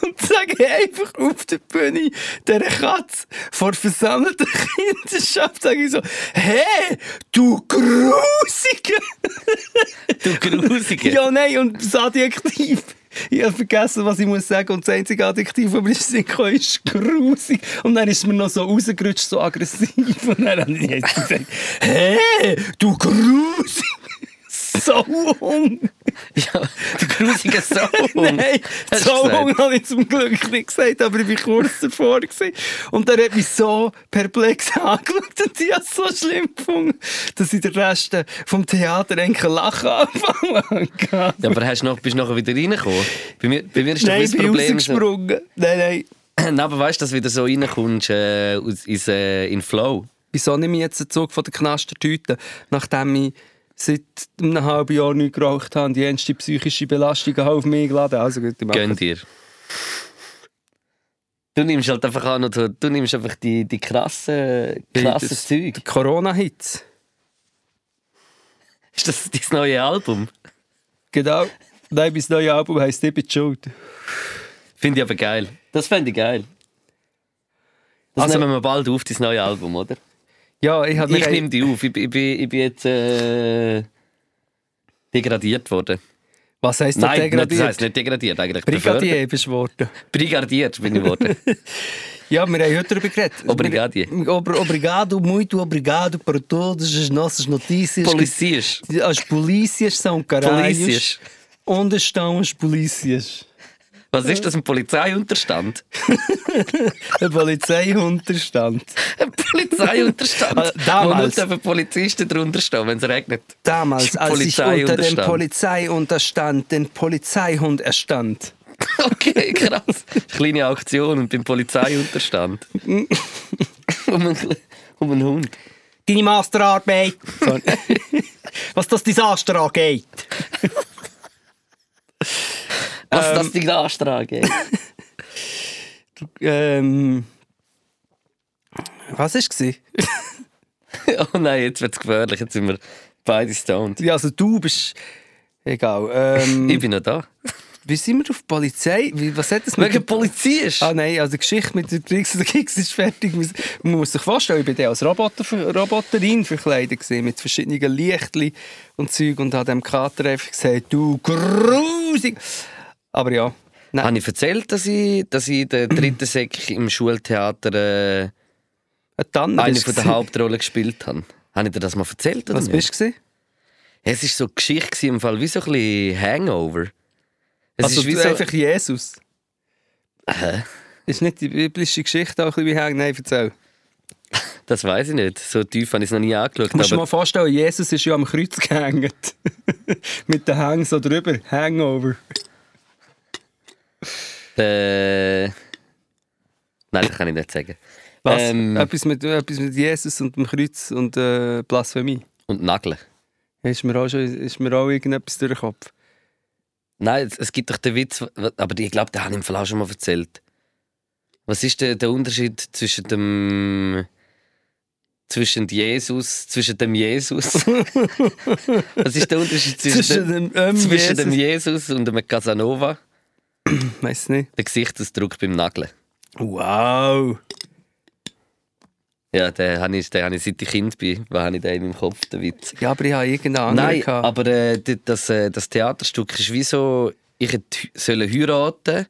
[SPEAKER 4] Und sage einfach auf der Bühne der Katze vor versammelter Kinderschaft, sage ich so, hey, du Grusige!
[SPEAKER 3] *laughs* Du Grusige.
[SPEAKER 4] Ja, nein, und das Adjektiv. Ich habe vergessen, was ich muss sagen. Und das einzige Adjektiv, das mir in den Sinn kam, ist grusig. Und dann ist mir noch so rausgerutscht, so aggressiv. Und dann habe ich jetzt gesagt, hey, du grusig! *laughs* Sauhung!
[SPEAKER 3] ja. Du *laughs* grusige Sau.
[SPEAKER 4] Nein, *laughs*
[SPEAKER 3] Hast du
[SPEAKER 4] Zollhung
[SPEAKER 3] gesagt?
[SPEAKER 4] habe ich zum Glück nicht gesagt, aber ich war kurz davor. Gewesen. Und er hat mich so perplex *laughs* angeschaut und ich habe es so schlimm gefunden, dass ich den Rest äh, vom Theater eigentlich lachen anfangen kann.
[SPEAKER 3] Ja, aber hast du noch, bist du nachher wieder reingekommen? Bei mir, bei mir ist
[SPEAKER 4] Nein,
[SPEAKER 3] das
[SPEAKER 4] ich bin
[SPEAKER 3] Problem...
[SPEAKER 4] rausgesprungen. Nein, nein.
[SPEAKER 3] Nein, aber weißt du, dass du wieder so reinkommst äh, aus- ins, äh, in Flow?
[SPEAKER 4] Wieso nehme ich jetzt den Zug von der Knastertüte, nachdem ich seit einem halben Jahr nicht geraucht habe und die ernste psychische Belastung habe auf mich geladen? Also gut, ich mache
[SPEAKER 3] Gönn dir. Du nimmst halt einfach an und du, du nimmst einfach die, die krassen, krassen
[SPEAKER 4] das-
[SPEAKER 3] Zeug.
[SPEAKER 4] Corona-Hits.
[SPEAKER 3] Ist das dein neues Album?
[SPEAKER 4] Genau. Nein, mein neues Album heisst «Ich bin die schuld».
[SPEAKER 3] Finde ich aber geil. Das fände ich geil. Das
[SPEAKER 4] Also-
[SPEAKER 3] nehmen wir bald auf, dein neues Album, oder?
[SPEAKER 4] Ja, Also ich habe
[SPEAKER 3] Ich nehme die auf. Ich, bin- ich, bin- ich bin jetzt äh, degradiert worden.
[SPEAKER 4] Was heisst das
[SPEAKER 3] Nein, nicht, das
[SPEAKER 4] degradiert?
[SPEAKER 3] heisst nicht degradiert eigentlich.
[SPEAKER 4] Brigadier bist du geworden.
[SPEAKER 3] Befördert. Brigadiert bin ich geworden.
[SPEAKER 4] Ja, wir haben heute darüber geredet.
[SPEAKER 3] Obrigadier.
[SPEAKER 4] Obr obrigado, muito obrigado para todas as nossas notícias.
[SPEAKER 3] Polizist.
[SPEAKER 4] Que- As polícias são caralhos.
[SPEAKER 3] Polizist.
[SPEAKER 4] Onde estão as polícias?
[SPEAKER 3] Was ist das, ein Polizeiunterstand?
[SPEAKER 4] A é um Polizei Unterstand.
[SPEAKER 3] Ein Polizeiunterstand.
[SPEAKER 4] Also damals-
[SPEAKER 3] Wo nur dürfen Polizisten drunter stehen, wenn es regnet. *laughs*
[SPEAKER 4] Damals, als ich
[SPEAKER 3] Polizei
[SPEAKER 4] unter dem
[SPEAKER 3] Unterstand.
[SPEAKER 4] é um Polizeiunterstand den Polizeihund erstand.
[SPEAKER 3] Okay, krass. Kleine Aktion und beim Polizeiunterstand. um, einen, um einen Hund.
[SPEAKER 4] Deine Masterarbeit. Sorry. Was das Desaster angeht.
[SPEAKER 3] Was ähm, das Ding anstragen?
[SPEAKER 4] Ähm, was war es?
[SPEAKER 3] oh nein, jetzt wird es gefährlich. Jetzt sind wir beide stoned.
[SPEAKER 4] Ja, also du bist. Egal.
[SPEAKER 3] *laughs*
[SPEAKER 4] Ähm,
[SPEAKER 3] Ich bin noch da.
[SPEAKER 4] wie sind wir auf Polizei? Wie, was hat das
[SPEAKER 3] Wegen Polizist.
[SPEAKER 4] Ah nein, also die Geschichte mit der Tricks und Kicks ist fertig. Man man muss sich vorstellen, ich bin dann als Roboter, Roboterin verkleidet gewesen, mit verschiedenen Lichtli und Zeug und habe dem Kater einfach gesagt, du grusig. Aber ja, nein,
[SPEAKER 3] Habe ich erzählt, dass ich, dass ich den dritten Sek im Schultheater äh,
[SPEAKER 4] eine Tanne
[SPEAKER 3] eine
[SPEAKER 4] bist
[SPEAKER 3] von der
[SPEAKER 4] gewesen.
[SPEAKER 3] Hauptrollen gespielt habe? Habe ich dir das mal erzählt? Oder
[SPEAKER 4] Ah, Was
[SPEAKER 3] nicht?
[SPEAKER 4] bist du? gewesen?
[SPEAKER 3] Es war so eine Geschichte gewesen, im Fall wie so ein bisschen Hangover. Es
[SPEAKER 4] Also
[SPEAKER 3] ist wie
[SPEAKER 4] du
[SPEAKER 3] so,
[SPEAKER 4] einfach Jesus. Ist nicht die biblische Geschichte auch ein bisschen wie hängen? Nein, erzähl.
[SPEAKER 3] das weiß ich nicht. So tief habe ich es noch nie angeschaut.
[SPEAKER 4] Du musst dir
[SPEAKER 3] Aber
[SPEAKER 4] mal vorstellen, Jesus ist ja am Kreuz gehängt. *laughs* Mit den Hängen so drüber. Hangover.
[SPEAKER 3] äh, nein, das kann ich nicht sagen.
[SPEAKER 4] Was?
[SPEAKER 3] Ähm.
[SPEAKER 4] Etwas, mit, etwas mit Jesus und dem Kreuz und äh, Blasphemie.
[SPEAKER 3] Und Nageln.
[SPEAKER 4] Ist mir, auch schon, ist mir auch irgendetwas durch den Kopf.
[SPEAKER 3] Nein, es, es gibt doch den Witz, w- aber ich glaube, den habe ich im Fall auch schon mal erzählt. Was ist der, der Unterschied zwischen dem. zwischen Jesus, zwischen dem
[SPEAKER 4] *laughs*
[SPEAKER 3] Jesus? Was ist der Unterschied zwischen,
[SPEAKER 4] Zwischen
[SPEAKER 3] dem,
[SPEAKER 4] dem, ähm,
[SPEAKER 3] zwischen
[SPEAKER 4] Jesus.
[SPEAKER 3] dem Jesus und dem Casanova?
[SPEAKER 4] Weiß nicht.
[SPEAKER 3] Der Gesichtsausdruck beim Nageln.
[SPEAKER 4] Wow.
[SPEAKER 3] Ja, den habe ich, den habe ich seit ich Kind bin, war habe ich den in meinem Kopf, den Witz.
[SPEAKER 4] Ja, aber ich habe irgendeinen anderen
[SPEAKER 3] Nein,
[SPEAKER 4] gehabt.
[SPEAKER 3] aber äh, d- das, äh, das Theaterstück ist wie so, ich hätte hü- sollen heiraten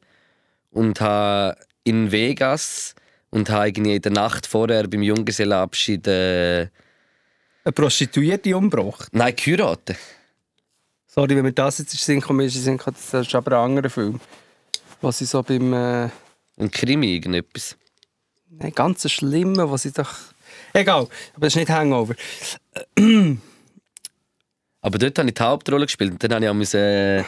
[SPEAKER 3] und habe in Vegas und habe irgendwie in der Nacht vorher beim Junggesellenabschied äh,
[SPEAKER 4] Eine Prostituierte umgebracht.
[SPEAKER 3] nein, geheiratet.
[SPEAKER 4] Sorry, wenn mir das jetzt in den Sinn gekommen ist, in den Sinn gekommen, das ist aber ein anderer Film. Was ich so beim... Äh,
[SPEAKER 3] Ein Krimi, irgendetwas.
[SPEAKER 4] nein, ganz schlimmen, was ich doch... Egal, aber das ist nicht Hangover.
[SPEAKER 3] Aber dort habe ich die Hauptrolle gespielt und dann habe ich auch müssen, äh,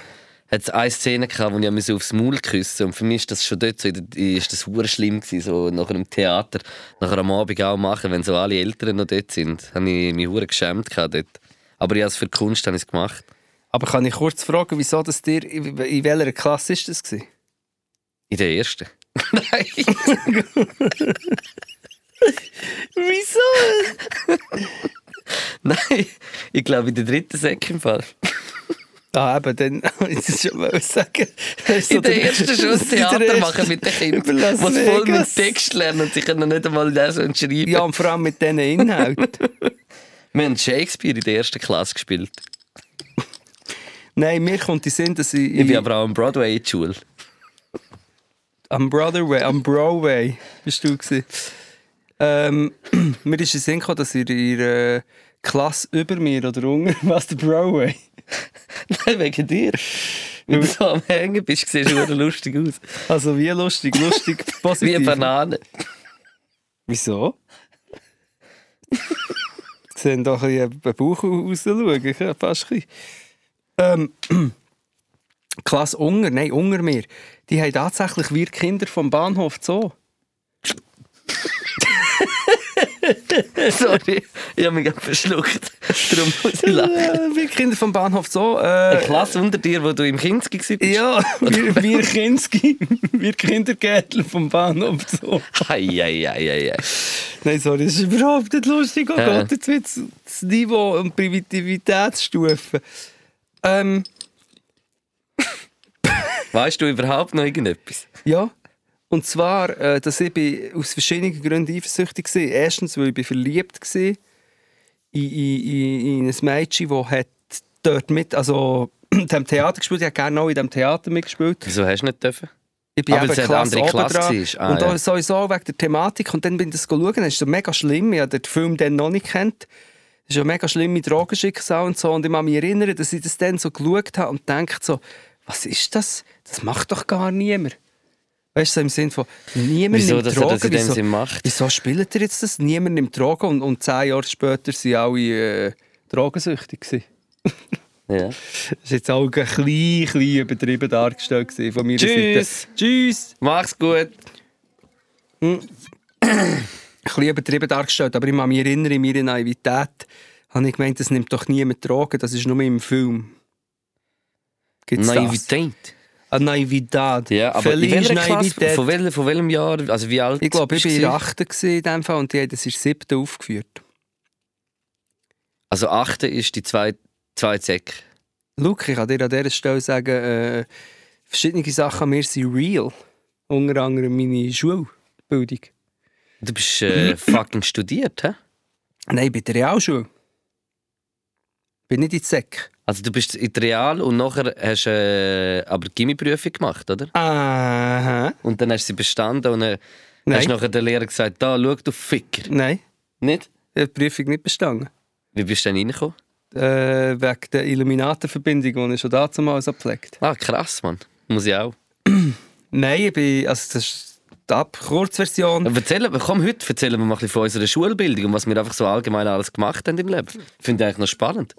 [SPEAKER 3] hat es eine Szene gehabt, wo ich auch müssen aufs Maul küssen und für mich ist das schon dort so, in der- ist das hure schlimm gewesen, so nach einem Theater, nachher am Abend auch machen, wenn so alle Eltern noch dort sind. habe ich mich hure geschämt gehabt dort. Aber ich habe es für die Kunst habe ich es gemacht.
[SPEAKER 4] Aber kann ich kurz fragen, wieso das dir... In in welcher Klasse ist das gewesen?
[SPEAKER 3] In der ersten. *laughs* Nein.
[SPEAKER 4] Wieso?
[SPEAKER 3] Nein, ich glaube in der dritten Säcke im Fall.
[SPEAKER 4] Ah, eben, dann... *laughs* Ich wollte schon mal sagen.
[SPEAKER 3] In der ersten *laughs*
[SPEAKER 4] *laughs*
[SPEAKER 3] schon das Theater machen mit den Kindern,
[SPEAKER 4] Las
[SPEAKER 3] was voll
[SPEAKER 4] Vegas.
[SPEAKER 3] mit Text lernen und sie können nicht einmal lesen und schreiben.
[SPEAKER 4] Ja, und vor allem mit diesen Inhalten.
[SPEAKER 3] *laughs* Wir haben Shakespeare in der ersten Klasse gespielt.
[SPEAKER 4] Nein, mir kommt in den Sinn, dass ich...
[SPEAKER 3] Ich bin aber auch am Broadway in der Schule.
[SPEAKER 4] Am Broadway, am Broadway bist du gewesen. Ähm, *clears throat* mir ist in den Sinn gekommen, dass ihr in der Klasse über mir oder unter *laughs* was der Broadway.
[SPEAKER 3] Nein, *laughs* wegen dir. Weil du so am Hängen bist, siehst du verdammt lustig aus.
[SPEAKER 4] Also wie lustig, lustig,
[SPEAKER 3] Wie
[SPEAKER 4] positiv.
[SPEAKER 3] eine Banane. *laughs*
[SPEAKER 4] Wieso? *laughs* Sie sehen doch ein bisschen den Bauch rausschauen, ja, fast ein bisschen. Ähm, *clears throat* Klasse Unger, nein, Unger mir. Die haben tatsächlich wir Kinder vom Bahnhof so.
[SPEAKER 3] Sorry, ich habe mich gerade verschluckt. Darum muss ich lachen.
[SPEAKER 4] *laughs* wir Kinder vom Bahnhof so. Äh,
[SPEAKER 3] Eine Klasse unter dir, wo du im Kinski warst?
[SPEAKER 4] Ja, *laughs* wir, wir Kinski, *laughs* wir Kindergärtler vom Bahnhof so.
[SPEAKER 3] Eieieiei.
[SPEAKER 4] Nein, sorry, das ist überhaupt nicht lustig. Oh
[SPEAKER 3] Äh.
[SPEAKER 4] Gott, jetzt wird das Niveau und Primitivitätsstufe. Ähm,
[SPEAKER 3] Weißt du überhaupt noch irgendetwas?
[SPEAKER 4] ja. Und zwar, äh, dass ich bin aus verschiedenen Gründen eifersüchtig war. Erstens, weil ich bin verliebt war in, in, in, in ein Mädchen, das hat dort mit, also *clears throat* in diesem Theater gespielt hat. Ich habe gerne auch in diesem Theater mitgespielt.
[SPEAKER 3] Wieso hast du nicht dürfen?
[SPEAKER 4] Ich bin
[SPEAKER 3] Aber
[SPEAKER 4] eben
[SPEAKER 3] es hat
[SPEAKER 4] Klasse
[SPEAKER 3] andere Klasse
[SPEAKER 4] obendran.
[SPEAKER 3] gewesen. Ah,
[SPEAKER 4] und
[SPEAKER 3] ja.
[SPEAKER 4] auch sowieso wegen der Thematik. Und dann bin ich das schauen, das ist so mega schlimm. Ich habe den Film dann noch nicht kennt. Das ist ja mega schlimm mit Drogenschicksal und so. Und ich kann mich erinnern, dass ich das dann so geschaut habe und denkt so, was ist das? Das macht doch gar niemand. Weißt du, so im Sinn von, niemand
[SPEAKER 3] Wieso,
[SPEAKER 4] nimmt
[SPEAKER 3] dass er
[SPEAKER 4] Drogen.
[SPEAKER 3] das in dem
[SPEAKER 4] wieso,
[SPEAKER 3] Sinn macht?
[SPEAKER 4] wieso spielt er jetzt das? Niemand nimmt Drogen und, und zehn Jahre später sind alle äh, drogensüchtig gewesen.
[SPEAKER 3] Ja.
[SPEAKER 4] Das war jetzt auch ein klein, klein übertrieben dargestellt gewesen von meiner
[SPEAKER 3] Tschüss.
[SPEAKER 4] Seite. Tschüss!
[SPEAKER 3] Mach's gut.
[SPEAKER 4] ein bisschen übertrieben dargestellt, aber ich kann mich erinnern, in meiner Naivität habe ich gemeint, das nimmt doch niemand Drogen, das ist nur im Film. Gibt's Das?
[SPEAKER 3] Naivität.
[SPEAKER 4] Ah, Naivität.
[SPEAKER 3] Ja, aber in
[SPEAKER 4] Feliz
[SPEAKER 3] welcher Klasse?
[SPEAKER 4] Naivität.
[SPEAKER 3] Von, wel, von welchem Jahr? Also wie alt
[SPEAKER 4] ich glaube, ich
[SPEAKER 3] bist
[SPEAKER 4] war
[SPEAKER 3] du?
[SPEAKER 4] in der 8. gewesen in dem Fall und die haben das in der 7. aufgeführt.
[SPEAKER 3] Also 8. ist die zwei, zwei Säcke.
[SPEAKER 4] Luke, ich kann dir an dieser Stelle sagen, äh, verschiedene Sachen an mir sind real. Unter anderem meine Schulbildung.
[SPEAKER 3] Du bist äh, fucking studiert, hä?
[SPEAKER 4] Nein, ich bin in der Realschule. Bin nicht in die Säck.
[SPEAKER 3] Also du bist in der Real und nachher hast du äh, aber die Gimmiprüfung gemacht, oder?
[SPEAKER 4] Aha.
[SPEAKER 3] Und dann hast du sie bestanden und dann hast
[SPEAKER 4] Nein.
[SPEAKER 3] nachher der Lehrer gesagt, da, schau, du Ficker.
[SPEAKER 4] Nein,
[SPEAKER 3] Nicht?
[SPEAKER 4] ich habe die Prüfung nicht bestanden.
[SPEAKER 3] Wie bist du denn reingekommen?
[SPEAKER 4] äh, wegen der Illuminatenverbindung, die ich schon damals abgelegt
[SPEAKER 3] Ah, krass, Mann. Muss ich auch.
[SPEAKER 4] Nein, ich bin, also das ist die Ab Kurzversion.
[SPEAKER 3] Aber erzähl, komm, heute erzählen wir mal ein bisschen von unserer Schulbildung und was wir einfach so allgemein alles gemacht haben im Leben. Finde ich eigentlich noch spannend.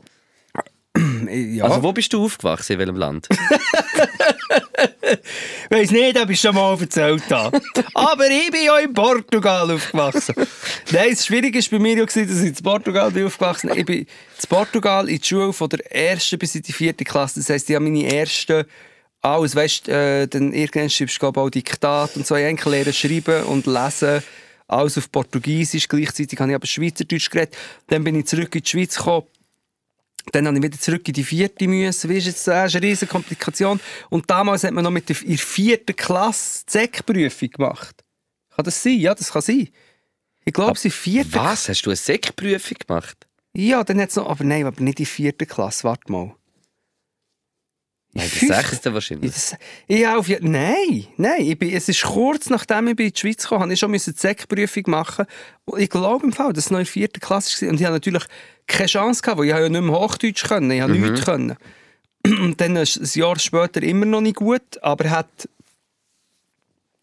[SPEAKER 4] Ja.
[SPEAKER 3] Also, wo bist du aufgewachsen? In welchem Land?
[SPEAKER 4] ich weiß nicht, ob ich schon mal erzählt habe. Aber ich bin ja in Portugal aufgewachsen. Nein, das Schwierige war bei mir, ja, gewesen, dass ich in Portugal bin aufgewachsen bin. Ich bin in Portugal in die Schule von der ersten bis in die vierte Klasse. Das heisst, ich habe meine ersten alles, weißt du, äh, dann irgendwann schreibst du glaub, auch Diktat und so. Ich habe eigentlich lernen schreiben und lesen, alles auf Portugiesisch. Gleichzeitig habe ich aber Schweizerdeutsch geredet. Dann bin ich zurück in die Schweiz gekommen. Dann habe ich wieder zurück in die vierte müssen. Wie ist jetzt das? ist eine riesige Komplikation. Und damals hat man noch mit der, in der vierten Klasse die Sekprüfung gemacht. Kann das sein? Ja, das kann sein. Ich glaube, es ist vierte
[SPEAKER 3] Was? Hast du eine Sekprüfung gemacht?
[SPEAKER 4] ja, dann hat es noch. Aber nein, aber nicht in der vierten Klasse. Warte mal. In
[SPEAKER 3] Nein,
[SPEAKER 4] *laughs*
[SPEAKER 3] die
[SPEAKER 4] fünfter-
[SPEAKER 3] sechste wahrscheinlich.
[SPEAKER 4] Das, ich auf, je- nein, nein. Ich bin, es ist kurz nachdem ich in die Schweiz kam, habe ich schon müssen die Sekprüfung machen. Und ich glaube im Fall, dass es noch in der vierten Klasse war. Und ich habe natürlich keine Chance gehabt, weil ich habe ja nicht mehr Hochdeutsch können. Ich habe nichts können. Und dann ist es ein Jahr später immer noch nicht gut, aber hat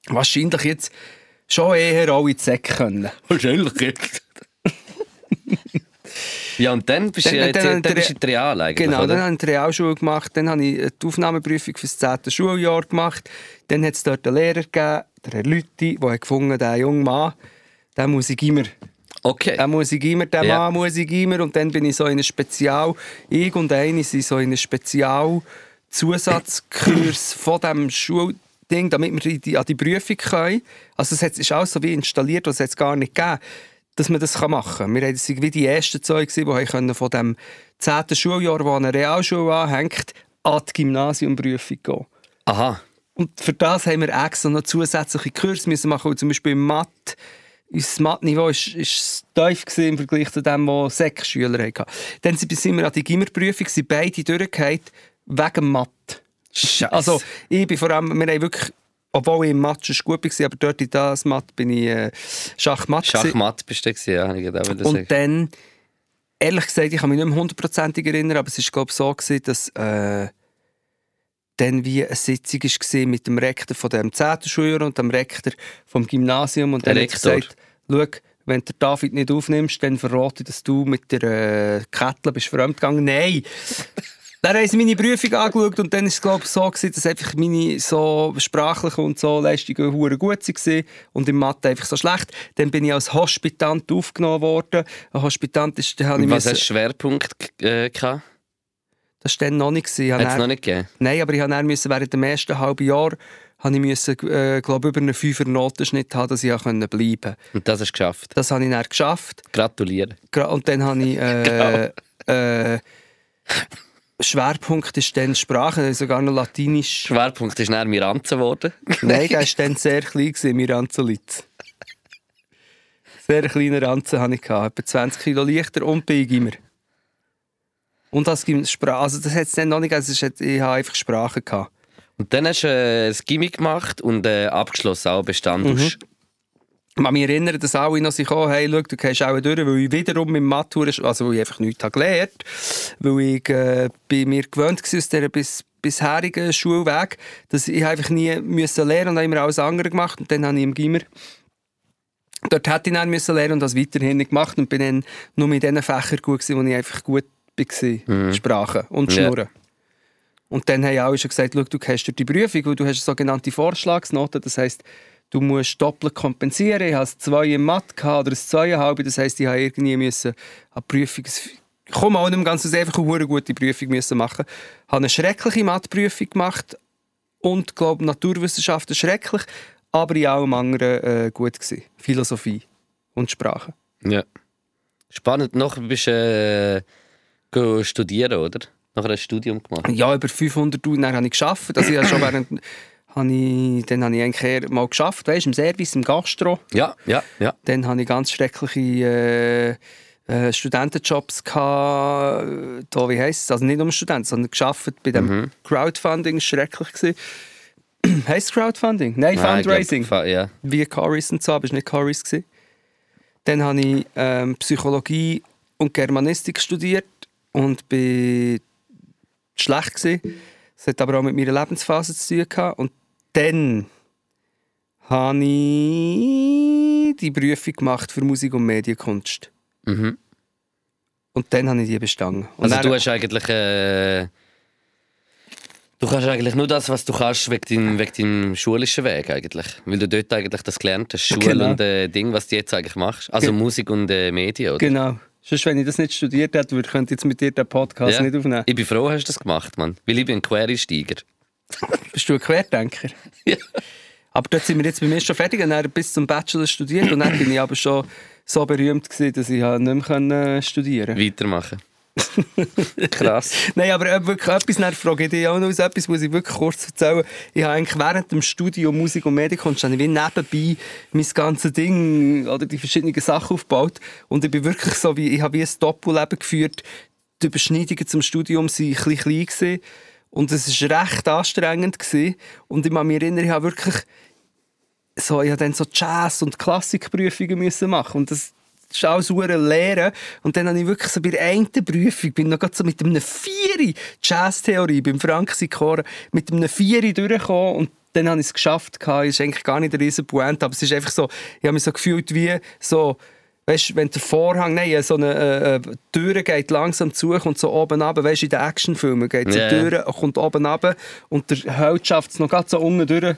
[SPEAKER 4] wahrscheinlich jetzt schon eher alle die Sek können.
[SPEAKER 3] Wahrscheinlich
[SPEAKER 4] *laughs*
[SPEAKER 3] jetzt. ja, und dann bist du
[SPEAKER 4] Dann-
[SPEAKER 3] ja
[SPEAKER 4] dann-
[SPEAKER 3] jetzt, dann,
[SPEAKER 4] dann-
[SPEAKER 3] bist du in die Real eigentlich,
[SPEAKER 4] Genau, dann
[SPEAKER 3] oder?
[SPEAKER 4] habe ich die Realschule gemacht, dann habe ich äh, die Aufnahmeprüfung für das 10. Schuljahr gemacht. Dann hat es dort einen Lehrer gegeben, der Herr Lütti, der hat gefunden der junge Mann, den muss ich immer.
[SPEAKER 3] Okay.
[SPEAKER 4] Den muss ich immer, den
[SPEAKER 3] Äh, Ja.
[SPEAKER 4] Mann muss ich immer. Und dann bin ich so in einem Spezial, ich und eine sind so in einem Spezialzusatzkurs von diesem Schulding, damit wir in die, an die Prüfung können. Also es hat- ist alles so wie installiert, was es gar nicht gegeben dass man das machen kann. Wir waren wie die ersten zwei, gewesen, die haben können von dem 10. Schuljahr, das an einer Realschule anhängt, an die Gymnasiumprüfung gehen
[SPEAKER 3] Aha.
[SPEAKER 4] und für das haben wir extra noch zusätzliche Kurse müssen machen, weil zum Beispiel in Mathe, unser Mathe-Niveau war tief gewesen im Vergleich zu dem, was sechs Schüler hatten. Dann sind sind wir an die Gimmerprüfung, sind beide durchgefallen, wegen Mathe.
[SPEAKER 3] Scheiße.
[SPEAKER 4] Also ich bin vor allem, wir haben wirklich, obwohl ich im Mathe schon gut war, aber dort in das Mathe bin ich äh, Schachmatt. gewesen.
[SPEAKER 3] Schachmatt bist du, gewesen, ja. habe Ich gerade auch wieder
[SPEAKER 4] Und
[SPEAKER 3] gesagt.
[SPEAKER 4] dann, ehrlich gesagt, ich kann mich nicht mehr hundertprozentig erinnern, aber es war, glaube ich, so, gewesen, dass äh, dann wie eine Sitzung war mit dem Rektor von dem 10. Schuljahr und dem Rektor vom Gymnasium. Und
[SPEAKER 3] Der
[SPEAKER 4] dann hat er
[SPEAKER 3] Rektor.
[SPEAKER 4] gesagt, schau, wenn du David nicht aufnimmst, dann verrate ich, dass du mit der äh, Kettle bist fremdgegangen. Nein! Dann haben sie meine Prüfung angeschaut und dann war es glaube ich so, gewesen, dass einfach meine so sprachliche und so Leistungen hure gut waren und im Mathe einfach so schlecht. Dann bin ich als Hospitant aufgenommen worden. Ein Hospitant ist, da habe ich
[SPEAKER 3] Was
[SPEAKER 4] müssen,
[SPEAKER 3] hast du Schwerpunkt äh, gehabt?
[SPEAKER 4] das war dann noch nicht. gewesen. Ich habe
[SPEAKER 3] Hat es
[SPEAKER 4] dann-
[SPEAKER 3] noch nicht gegeben?
[SPEAKER 4] Nein, aber ich habe dann müssen, während dem ersten halben Jahr habe ich müssen, äh, glaube über einen 5er Notenschnitt haben, dass ich auch können bleiben konnte.
[SPEAKER 3] Und das hast du geschafft.
[SPEAKER 4] Das habe ich dann geschafft.
[SPEAKER 3] Gratuliere.
[SPEAKER 4] Gra- Und dann habe ich... Äh,
[SPEAKER 3] *laughs* Genau.
[SPEAKER 4] äh, Schwerpunkt ist dann Sprachen, also sogar noch Latinisch.
[SPEAKER 3] Schwerpunkt ist näher Miranzen geworden.
[SPEAKER 4] Nein, der war dann sehr klein, gewesen, mein Ranzenlitz. Sehr kleine Ranzen hatte ich, etwa 20 Kilo leichter und bin ich immer. Und das gibt Sprache. Also, das hat es dann noch nicht gegeben, es ist- ich hatte einfach Sprache. Gehabt.
[SPEAKER 3] Und dann hast du äh, das Gimmick gemacht und äh, abgeschlossen, auch Bestand. Mhm.
[SPEAKER 4] Ich kann mich erinnern, dass alle noch sich oh, hey, schau, du gehst auch durch, weil ich wiederum im Mathe, also weil ich einfach nichts habe gelernt weil ich äh, bei mir gewöhnt war aus dieser bis, bisherigen Schulweg, dass ich einfach nie müssen lernen und habe immer alles andere gemacht und dann habe ich im Gimmer dort hätte ich dann müssen lernen und das weiterhin nicht gemacht und bin dann nur mit diesen Fächern gut gewesen, wo ich einfach gut war, Sprachen und
[SPEAKER 3] Ja.
[SPEAKER 4] Schnurren. Und dann haben alle schon gesagt, schau, du hast durch die Prüfung, weil du hast eine sogenannte Vorschlagsnote, das heisst, du musst doppelt kompensieren. Ich hatte ein 2 im Mathe gehabt oder ein 2,5, das heisst, ich habe irgendwie müssen an die Prüfung... Ich komme auch nicht mehr ganz aus, einfach eine verdammt gute Prüfung müssen machen. Ich habe eine schreckliche Matheprüfung gemacht und, glaube Naturwissenschaften schrecklich, aber in allem anderen äh, gut gewesen. Philosophie und Sprache.
[SPEAKER 3] Ja. Spannend, nachher bist du äh, go studieren, oder? Nachher hast du ein Studium gemacht.
[SPEAKER 4] Ja, über 500 Uhr dann habe ich geschafft. Also ich habe schon während... Habe ich, dann habe ich eigentlich eher mal geschafft, weißt, im Service, im Gastro.
[SPEAKER 3] Ja, ja, ja.
[SPEAKER 4] Dann hatte ich ganz schreckliche äh, äh, Studentenjobs. Gehabt, äh, da, wie heisst es? Also nicht nur Studenten, sondern geschafft bei dem
[SPEAKER 3] Mhm.
[SPEAKER 4] Crowdfunding. Schrecklich gewesen. *clears throat* heisst es Crowdfunding? Nein,
[SPEAKER 3] Nein,
[SPEAKER 4] Fundraising.
[SPEAKER 3] Ich glaub, fa- ja.
[SPEAKER 4] wie Chorus und so, aber es war nicht Chorus. gewesen. Dann habe ich ähm, Psychologie und Germanistik studiert und bin schlecht. Gewesen. Das hat aber auch mit meiner Lebensphase zu tun. Gehabt. Und dann habe ich die Prüfung gemacht für Musik und Medienkunst.
[SPEAKER 3] Mhm.
[SPEAKER 4] Und dann habe ich die bestanden. Und
[SPEAKER 3] Also
[SPEAKER 4] dann-
[SPEAKER 3] du hast eigentlich... Äh, du kannst eigentlich nur das, was du kannst, wegen deinem, wegen deinem schulischen Weg eigentlich. Weil du dort eigentlich das gelernt hast, Schule
[SPEAKER 4] Genau.
[SPEAKER 3] und äh, Ding, was du jetzt eigentlich machst. Also
[SPEAKER 4] Ge-
[SPEAKER 3] Musik und äh, Medien, oder?
[SPEAKER 4] Genau. Sonst, wenn ich das nicht studiert hätte, würde- könnte ich jetzt mit dir den Podcast
[SPEAKER 3] Ja.
[SPEAKER 4] nicht aufnehmen.
[SPEAKER 3] Ich bin froh, hast du das gemacht, Mann. Weil ich bin ein Quereinsteiger.
[SPEAKER 4] Bist du ein Querdenker?
[SPEAKER 3] Ja.
[SPEAKER 4] Aber dort sind wir jetzt bei mir schon fertig. Und dann bis zum Bachelor studiert. Und dann bin ich aber schon so berühmt, gewesen, dass ich halt nicht mehr können, äh, studieren
[SPEAKER 3] Weitermachen.
[SPEAKER 4] Krass. *laughs* Nein, aber äh, wirklich etwas, dann frage ich dich auch noch aus etwas, muss ich wirklich kurz erzählen. Ich habe eigentlich während dem Studium Musik und Medienkunst habe ich wie nebenbei mein ganzes Ding oder die verschiedenen Sachen aufgebaut. Und ich bin wirklich so, wie, ich habe wie ein Doppelleben geführt. Die Überschneidungen zum Studium waren ein bisschen klein. Gewesen. Und es war recht anstrengend. Gewesen. Und ich kann mich erinnern, ich habe wirklich so, ich habe dann so Jazz- und Klassikprüfungen müssen machen und das ist alles hure Lehren. Und dann habe ich wirklich so bei der einen Prüfung, bin noch grad so mit einem Vieri Jazz-Theorie beim Frank Sikora, mit einem Vieri durchgekommen und dann habe ich es geschafft. gehabt. Es ist eigentlich gar nicht der riesen Pointe, aber es ist einfach so, ich habe mich so gefühlt wie so, weißt du, wenn der Vorhang, nein, so eine äh, äh, Türe geht langsam zu, kommt so oben runter, weißt du, in den Actionfilmen geht so
[SPEAKER 3] Ja.
[SPEAKER 4] yeah. Türe, kommt oben runter und der Held schafft es noch grad so unten durch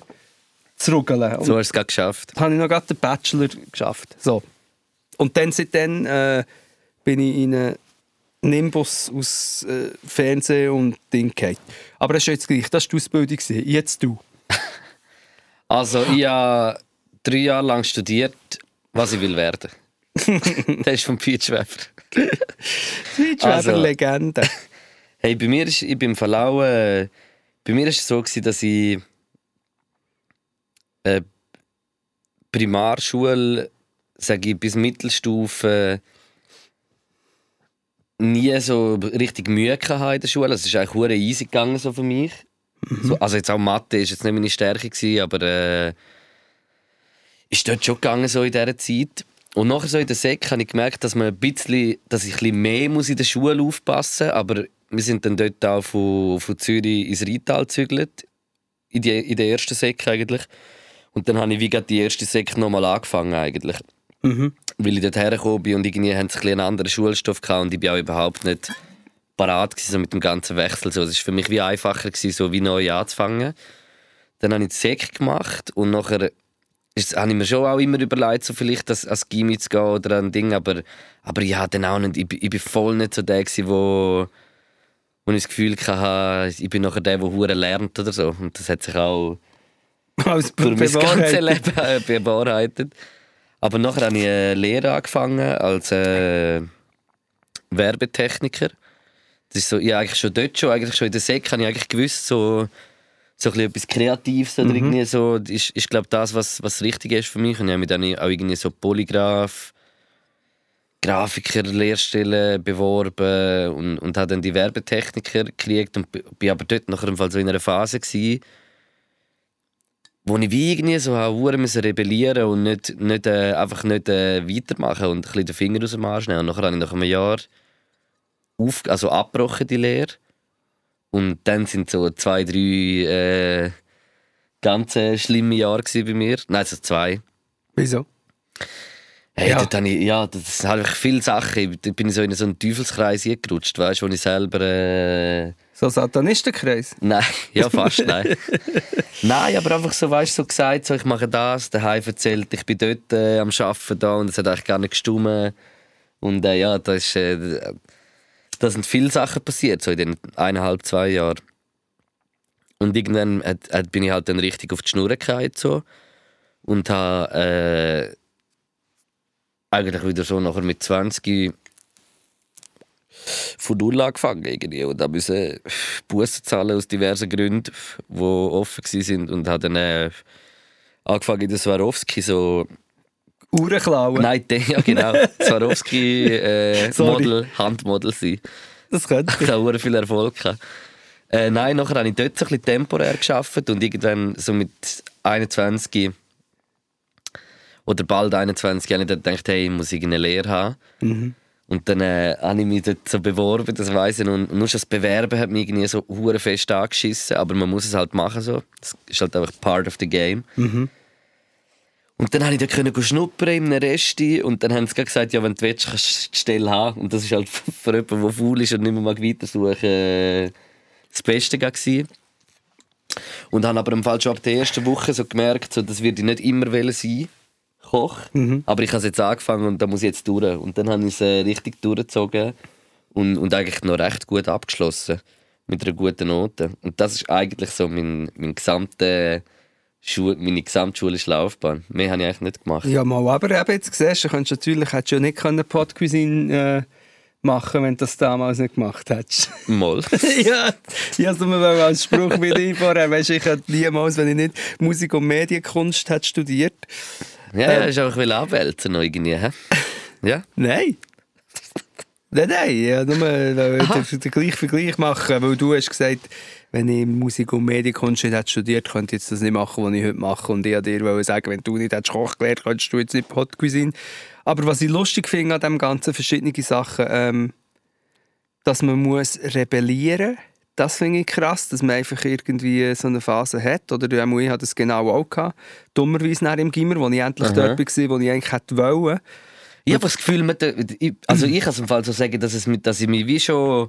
[SPEAKER 4] zu rugeln. Und
[SPEAKER 3] So hast du es gerade geschafft.
[SPEAKER 4] habe ich noch gerade den Bachelor geschafft. So. Und dann seitdem äh, bin ich in einen Nimbus aus äh, Fernsehen und Ding gefallen. Aber das ist jetzt gleich, das war die Ausbildung. gewesen. Jetzt du.
[SPEAKER 3] Also, ich habe drei Jahre lang studiert, was ich will
[SPEAKER 4] *laughs*
[SPEAKER 3] werden. das ist vom Piet Schäfer.
[SPEAKER 4] Die
[SPEAKER 3] Also- *laughs*
[SPEAKER 4] Legende.
[SPEAKER 3] Hey, bei mir ist, ich bin verlauen. Äh, bei mir ist es so gewesen, dass ich äh, Primarschule, sage ich, bis Mittelstufe nie so richtig Mühe gehabt habe in der Schule. Also, Es ist eigentlich hure easy gegangen so für mich. So, also jetzt auch Mathe ist jetzt nicht meine Stärke gewesen, aber äh, ist dort schon gegangen so in dieser Zeit. Und nachher so in der Sek habe ich gemerkt, dass, man ein bisschen, dass ich ein bisschen mehr muss in der Schule aufpassen muss. Aber wir sind dann dort auch von, von Zürich ins Rheintal gezügelt. In, die, in der ersten Sek eigentlich. Und dann habe ich wie gerade die erste Sek nochmal angefangen eigentlich. Weil ich dort hergekommen bin und irgendwie haben sie ein bisschen einen anderen Schulstoff gehabt und ich bin auch überhaupt nicht parat gewesen, so mit dem ganzen Wechsel. So, es war für mich wie einfacher, gewesen, so wie neu anzufangen. Dann habe ich die Sek gemacht und nachher ist, habe ich mir schon auch immer überlegt, so vielleicht das, als Gimmi zu gehen oder an Ding, aber, aber ich habe dann auch nicht, ich, bin- ich bin voll nicht so der gewesen, wo, wo ich das Gefühl hatte, ich bin nachher der, der hure lernt oder so. Und das hat sich auch
[SPEAKER 4] Als
[SPEAKER 3] durch mein ganzes
[SPEAKER 4] Bewahrheit.
[SPEAKER 3] Leben äh, bewahrheitet. Aber nachher habe ich eine Lehre angefangen als äh, Werbetechniker. Das ist so, ich habe eigentlich schon dort schon, eigentlich schon in der Sek, habe ich eigentlich gewusst, so, so ein bisschen etwas Kreatives oder irgendwie so, das ist, ist glaube das, was, was richtig ist für mich. Und ich habe mich dann auch irgendwie so Polygraph, Grafiker, Lehrstellen beworben und, und habe dann die Werbetechniker gekriegt und bin aber dort nachher im Fall so in einer Phase gewesen, wo ich wie irgendwie so habe, hure müssen rebellieren und nicht, nicht, äh, einfach nicht äh, weitermachen und ein bisschen den Finger aus dem Arsch nehmen. Und nachher habe ich nach einem Jahr auf, also abgebrochen die Lehre. Und dann sind so zwei, drei äh, ganz äh, schlimme Jahre gewesen bei mir. Nein, so zwei.
[SPEAKER 4] Wieso?
[SPEAKER 3] Hey,
[SPEAKER 4] Ja.
[SPEAKER 3] ja. Dort habe ich, ja, das sind halt viele Sachen. Da bin ich so in so einen Teufelskreis eingerutscht, weißt du, wo ich selber. Äh,
[SPEAKER 4] So Satanistenkreis.
[SPEAKER 3] Nein, ja fast, nein. *laughs* nein, aber einfach so, weißt du, so gesagt, so, ich mache das, daheim erzählt, ich bin dort äh, am Arbeiten da und es hat eigentlich gar nicht gestimmt. Und äh, ja, das ist, äh, da sind viele Sachen passiert, so in den eineinhalb, zwei Jahren. Und irgendwann hat, hat, bin ich halt dann richtig auf die Schnur gefallen, so und habe äh, eigentlich wieder so nachher mit 20 von null angefangen irgendwie und da müssen äh, Bussen zahlen aus diversen Gründen, wo offen gsi sind und habe dann äh, angefangen in der Swarovski so
[SPEAKER 4] Uhrenklauen.
[SPEAKER 3] nein de, ja genau Swarovski äh,
[SPEAKER 4] Sorry.
[SPEAKER 3] Model Handmodel sein
[SPEAKER 4] Das könnte
[SPEAKER 3] ich habe sehr viel Erfolg gehabt. Äh, nein, nachher habe ich dort so ein bisschen temporär geschafft und irgendwann so mit 21 oder bald 21 habe ich dann gedacht, hey, ich muss irgendeine Lehre haben. Und dann äh, habe ich mich dort so beworben, das weiss ich. noch. Und nur schon das Bewerben hat mich irgendwie so hure fest angeschissen, aber man muss es halt machen so. Das ist halt einfach part of the game. Und dann konnte ich dort können schnuppern in einem Resti und dann haben sie gleich gesagt, ja, wenn du willst, kannst du die Stelle haben. Und das ist halt *laughs* für jemanden, der faul ist und nicht mehr mag weitersuchen äh, das Beste gewesen. Und habe aber im Fall schon ab der ersten Woche so gemerkt, so, das würde ich nicht immer wollen sein Koch. Aber ich habe es jetzt angefangen und da muss ich jetzt durch. Und dann habe ich es äh, richtig durchgezogen und, und eigentlich noch recht gut abgeschlossen. mit einer guten Note. Und das ist eigentlich so mein, mein gesamte Schu meine gesamtschulische Laufbahn. Mehr habe ich eigentlich nicht gemacht.
[SPEAKER 4] Ja, mal, aber eben jetzt siehst du, könntest du natürlich, hättest du ja nicht können Pot Cuisine äh, machen wenn du das damals nicht gemacht hättest.
[SPEAKER 3] Mal.
[SPEAKER 4] ja, ich wollte mir mal als Spruch wieder einfahren. Weißt du, ich hätte niemals, wenn ich nicht Musik und Medienkunst hätte studiert.
[SPEAKER 3] Ja, ja, ist einfach will abwälzen noch irgendwie. hä? Ja.
[SPEAKER 4] Nein. Nein, nein, ja, nur weil wir den, den gleichen Vergleich machen, weil du hast gesagt, wenn ich Musik und Medienkunst nicht hätte studiert, könnte ich jetzt das nicht machen, was ich heute mache. Und ich wollte dir wollte sagen, wenn du nicht hättest Koch gelernt, könntest du jetzt nicht Hot Cuisine. Aber was ich lustig finde an dem ganzen, verschiedene Sachen, ähm, dass man muss rebellieren das finde ich krass, dass man einfach irgendwie so eine Phase hat. Oder der MUI hat das genau auch gehabt. Dummerweise nach im Gimmer, wo ich endlich dort war, wo ich eigentlich hätte wollen.
[SPEAKER 3] Ich habe das Gefühl, mit der, ich- also ich kann es im Fall so sagen, dass, es mit, dass ich mich wie schon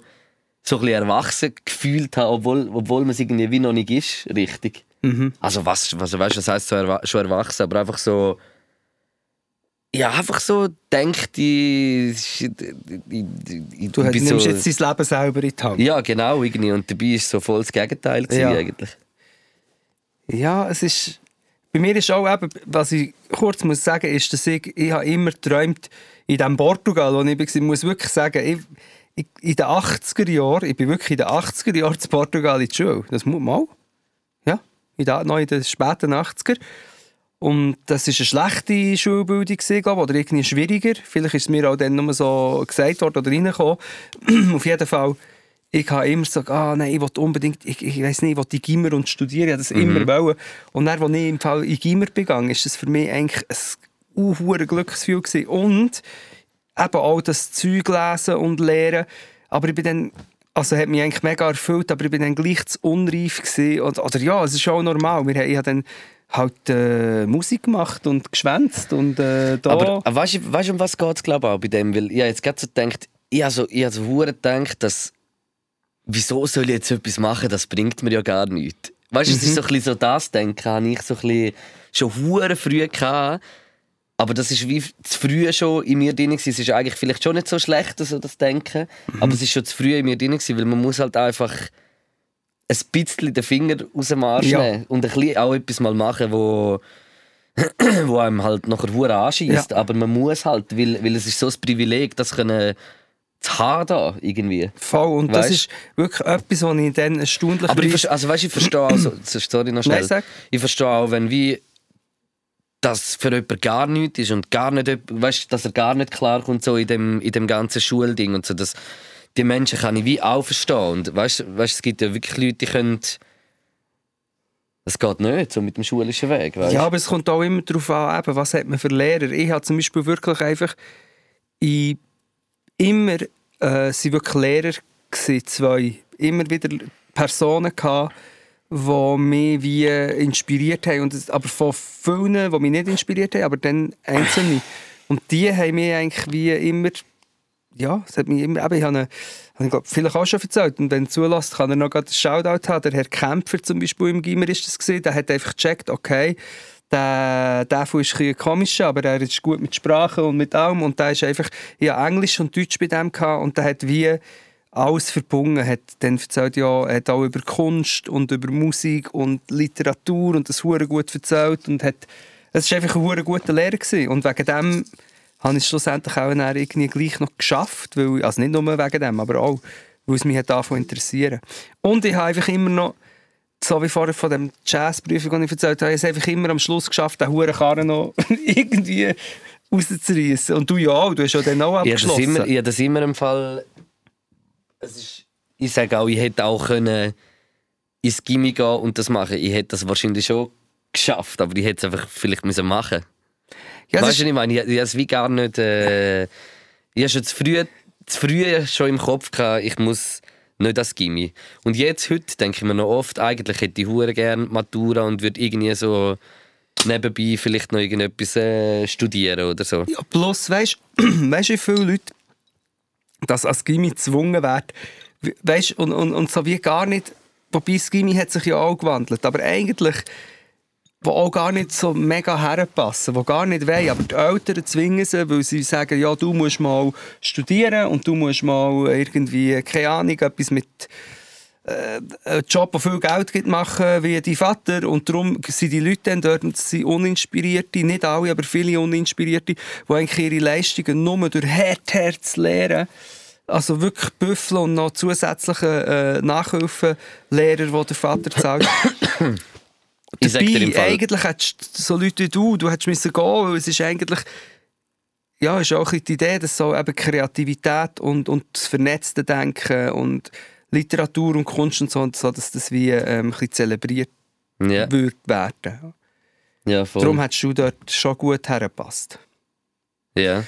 [SPEAKER 3] so ein bisschen erwachsen gefühlt habe, obwohl, obwohl man es irgendwie wie noch nicht ist, richtig.
[SPEAKER 4] Mhm.
[SPEAKER 3] Also was, was weißt du, was heisst so erwa schon erwachsen, aber einfach so. Ja, einfach so denkt ich. ich, ich, ich
[SPEAKER 4] Du
[SPEAKER 3] ich
[SPEAKER 4] hast,
[SPEAKER 3] bin
[SPEAKER 4] nimmst
[SPEAKER 3] so,
[SPEAKER 4] jetzt dein Leben selber in die Hand.
[SPEAKER 3] Ja, genau, irgendwie. Und dabei war es so voll das Gegenteil gewesen,
[SPEAKER 4] Ja.
[SPEAKER 3] eigentlich.
[SPEAKER 4] Ja, es ist. Bei mir ist auch eben, was ich kurz muss sagen, ist, dass ich, ich habe immer geträumt, in dem Portugal, wo ich war, ich muss wirklich sagen, ich, ich, in den 80er Jahren, ich bin wirklich in den 80er Jahren zu Portugal in die Schule. Das muss mal. Ja, in den, noch in den späten 80er. Und das war eine schlechte Schulbildung, gewesen, glaube ich, oder irgendwie schwieriger. Vielleicht ist es mir auch dann nur so gesagt worden oder reingekommen. *clears throat* Auf jeden Fall, ich habe immer gesagt, ah, nein, ich will unbedingt, ich, ich weiß nicht, ich will in Gimmer und studieren, ich habe das immer wollen. Und dann, als ich im Fall in Gimmer begangen ist das für mich eigentlich ein unhuere Glücksgefühl gewesen. Und eben auch das Zeug lesen und lernen. Aber ich bin dann, also hat mich eigentlich mega erfüllt, aber ich bin dann gleich zu unreif gewesen. Und, oder ja, es ist auch normal. Wir, haben- ich habe dann halt äh, Musik gemacht und geschwänzt und äh, da...
[SPEAKER 3] Aber äh, weißt du, weißt, du, um was geht es, glaube ich, auch bei dem? Weil ich hab jetzt gerade so gedacht, ich habe so, ich hab so hure gedacht, dass wieso soll ich jetzt etwas machen, das bringt mir ja gar nichts. Weißt du, es ist so ein bisschen so das Denken, habe ich so ein bisschen schon hure früh gehabt. Aber das ist wie zu früh schon in mir drin gewesen. Es ist eigentlich vielleicht schon nicht so schlecht, so das Denken, aber es ist schon zu früh in mir drin gewesen, weil man muss halt einfach ein bisschen den Finger aus dem Arsch
[SPEAKER 4] Ja.
[SPEAKER 3] nehmen und ein bisschen auch etwas mal machen, wo *clears throat* wo einem halt nachher hure anschießt, aber man muss halt, weil, weil es ist so ein Privileg, das können zu haben da irgendwie.
[SPEAKER 4] Voll. Und das
[SPEAKER 3] Weisst?
[SPEAKER 4] ist wirklich etwas, was ich dann erstaunlich
[SPEAKER 3] Aber ich, verste- also, weißt, ich verstehe auch,
[SPEAKER 4] *clears throat*
[SPEAKER 3] so, so- sorry noch schnell,
[SPEAKER 4] Nein, sag.
[SPEAKER 3] ich verstehe auch, wenn wie das für jemanden gar nichts ist und gar nicht, weißt, dass er gar nicht klarkommt so in dem, in dem ganzen Schulding und so, dass die Menschen kann ich wie auch verstehen und weißt, weißt es gibt ja wirklich Leute, die können das geht nicht, so mit dem schulischen Weg, weißt?
[SPEAKER 4] Ja, aber es kommt auch immer darauf an, eben, was hat man für Lehrer. Ich habe zum Beispiel wirklich einfach in, immer äh, sind wirklich Lehrer gewesen, zwei. Immer wieder Personen gehabt, die mich wie äh, inspiriert haben. Und es, aber von vielen, die mich nicht inspiriert haben, aber dann einzelne. Und die haben mich eigentlich wie immer ja, es hat mich immer, eben, ich habe, ihn- habe ihn, glaub, vielleicht auch schon erzählt. Und wenn er zulässt, kann er noch gerade einen Shoutout haben. Der Herr Kämpfer zum Beispiel im Gimmer ist das gesehen, der hat einfach gecheckt, okay, der, der Fuh ist ein bisschen komisch, aber er ist gut mit Sprache und mit allem. Und der ist einfach, ich habe Englisch und Deutsch bei dem gehabt und der hat wie alles verbunden. Hat dann erzählt, ja, er hat auch über Kunst und über Musik und Literatur und das hure gut erzählt und hat, es war einfach ein hure guter Lehrer gewesen. Und wegen dem habe ich es schlussendlich auch dann irgendwie gleich noch geschafft, weil, also nicht nur wegen dem, aber auch, weil es mich hat davon interessieren. Und ich habe einfach immer noch, so wie vorher von dem Jazzprüfung, die ich erzählt habe, ich habe es einfach immer am Schluss geschafft, den huren Karren noch *laughs* irgendwie rauszureißen. Und du ja auch, du hast ja dann auch
[SPEAKER 3] Ja, das
[SPEAKER 4] abgeschlossen.
[SPEAKER 3] immer, ja, das immer im Fall. Es ist, ich sage auch, ich hätte auch können ins Gimmi gehen und das machen. Ich hätte das wahrscheinlich schon geschafft, aber ich hätte es einfach vielleicht müssen machen.
[SPEAKER 4] Ja, das
[SPEAKER 3] weißt du, was ich meine, ich, ich habe es wie gar nicht. Äh, ich habe schon zu früh, zu früh schon im Kopf gehabt, ich muss nicht das Gimmi. Und jetzt heute denke ich mir noch oft, eigentlich hätte ich hure gern Matura und würde irgendwie so nebenbei vielleicht noch irgendetwas äh, studieren oder so.
[SPEAKER 4] Ja, plus, weißt *clears throat* du, weißt, wie viele Leute das als Gimmi gezwungen wird? Weißt und, und, und so wie gar nicht. Wobei das Gimmi hat sich ja auch gewandelt. Aber eigentlich, die auch gar nicht so mega herpassen, die gar nicht wollen. Aber die Eltern zwingen sie, weil sie sagen, ja, du musst mal studieren und du musst mal irgendwie, keine Ahnung, etwas mit einen äh, Job, der viel Geld gibt, machen wie die Vater. Und darum sind die Leute dann dort, und es sind Uninspirierte, nicht alle, aber viele Uninspirierte, die eigentlich ihre Leistungen nur durch hart, Herz lehren. Also wirklich Büffel und noch zusätzliche äh, Nachhilfelehrer, die der Vater zahlt.
[SPEAKER 3] Ich sag dir im
[SPEAKER 4] Dabei,
[SPEAKER 3] Fall.
[SPEAKER 4] eigentlich hättest du so Leute wie du, du hättest müssen gehen, weil es ist eigentlich, ja, ist auch ein bisschen die Idee, dass so eben Kreativität und, und das vernetzte Denken und Literatur und Kunst und so, und so dass das wie ähm, ein bisschen zelebriert
[SPEAKER 3] Ja,
[SPEAKER 4] wird werden.
[SPEAKER 3] ja, voll.
[SPEAKER 4] Darum hättest du dort schon gut hergepasst.
[SPEAKER 3] ja.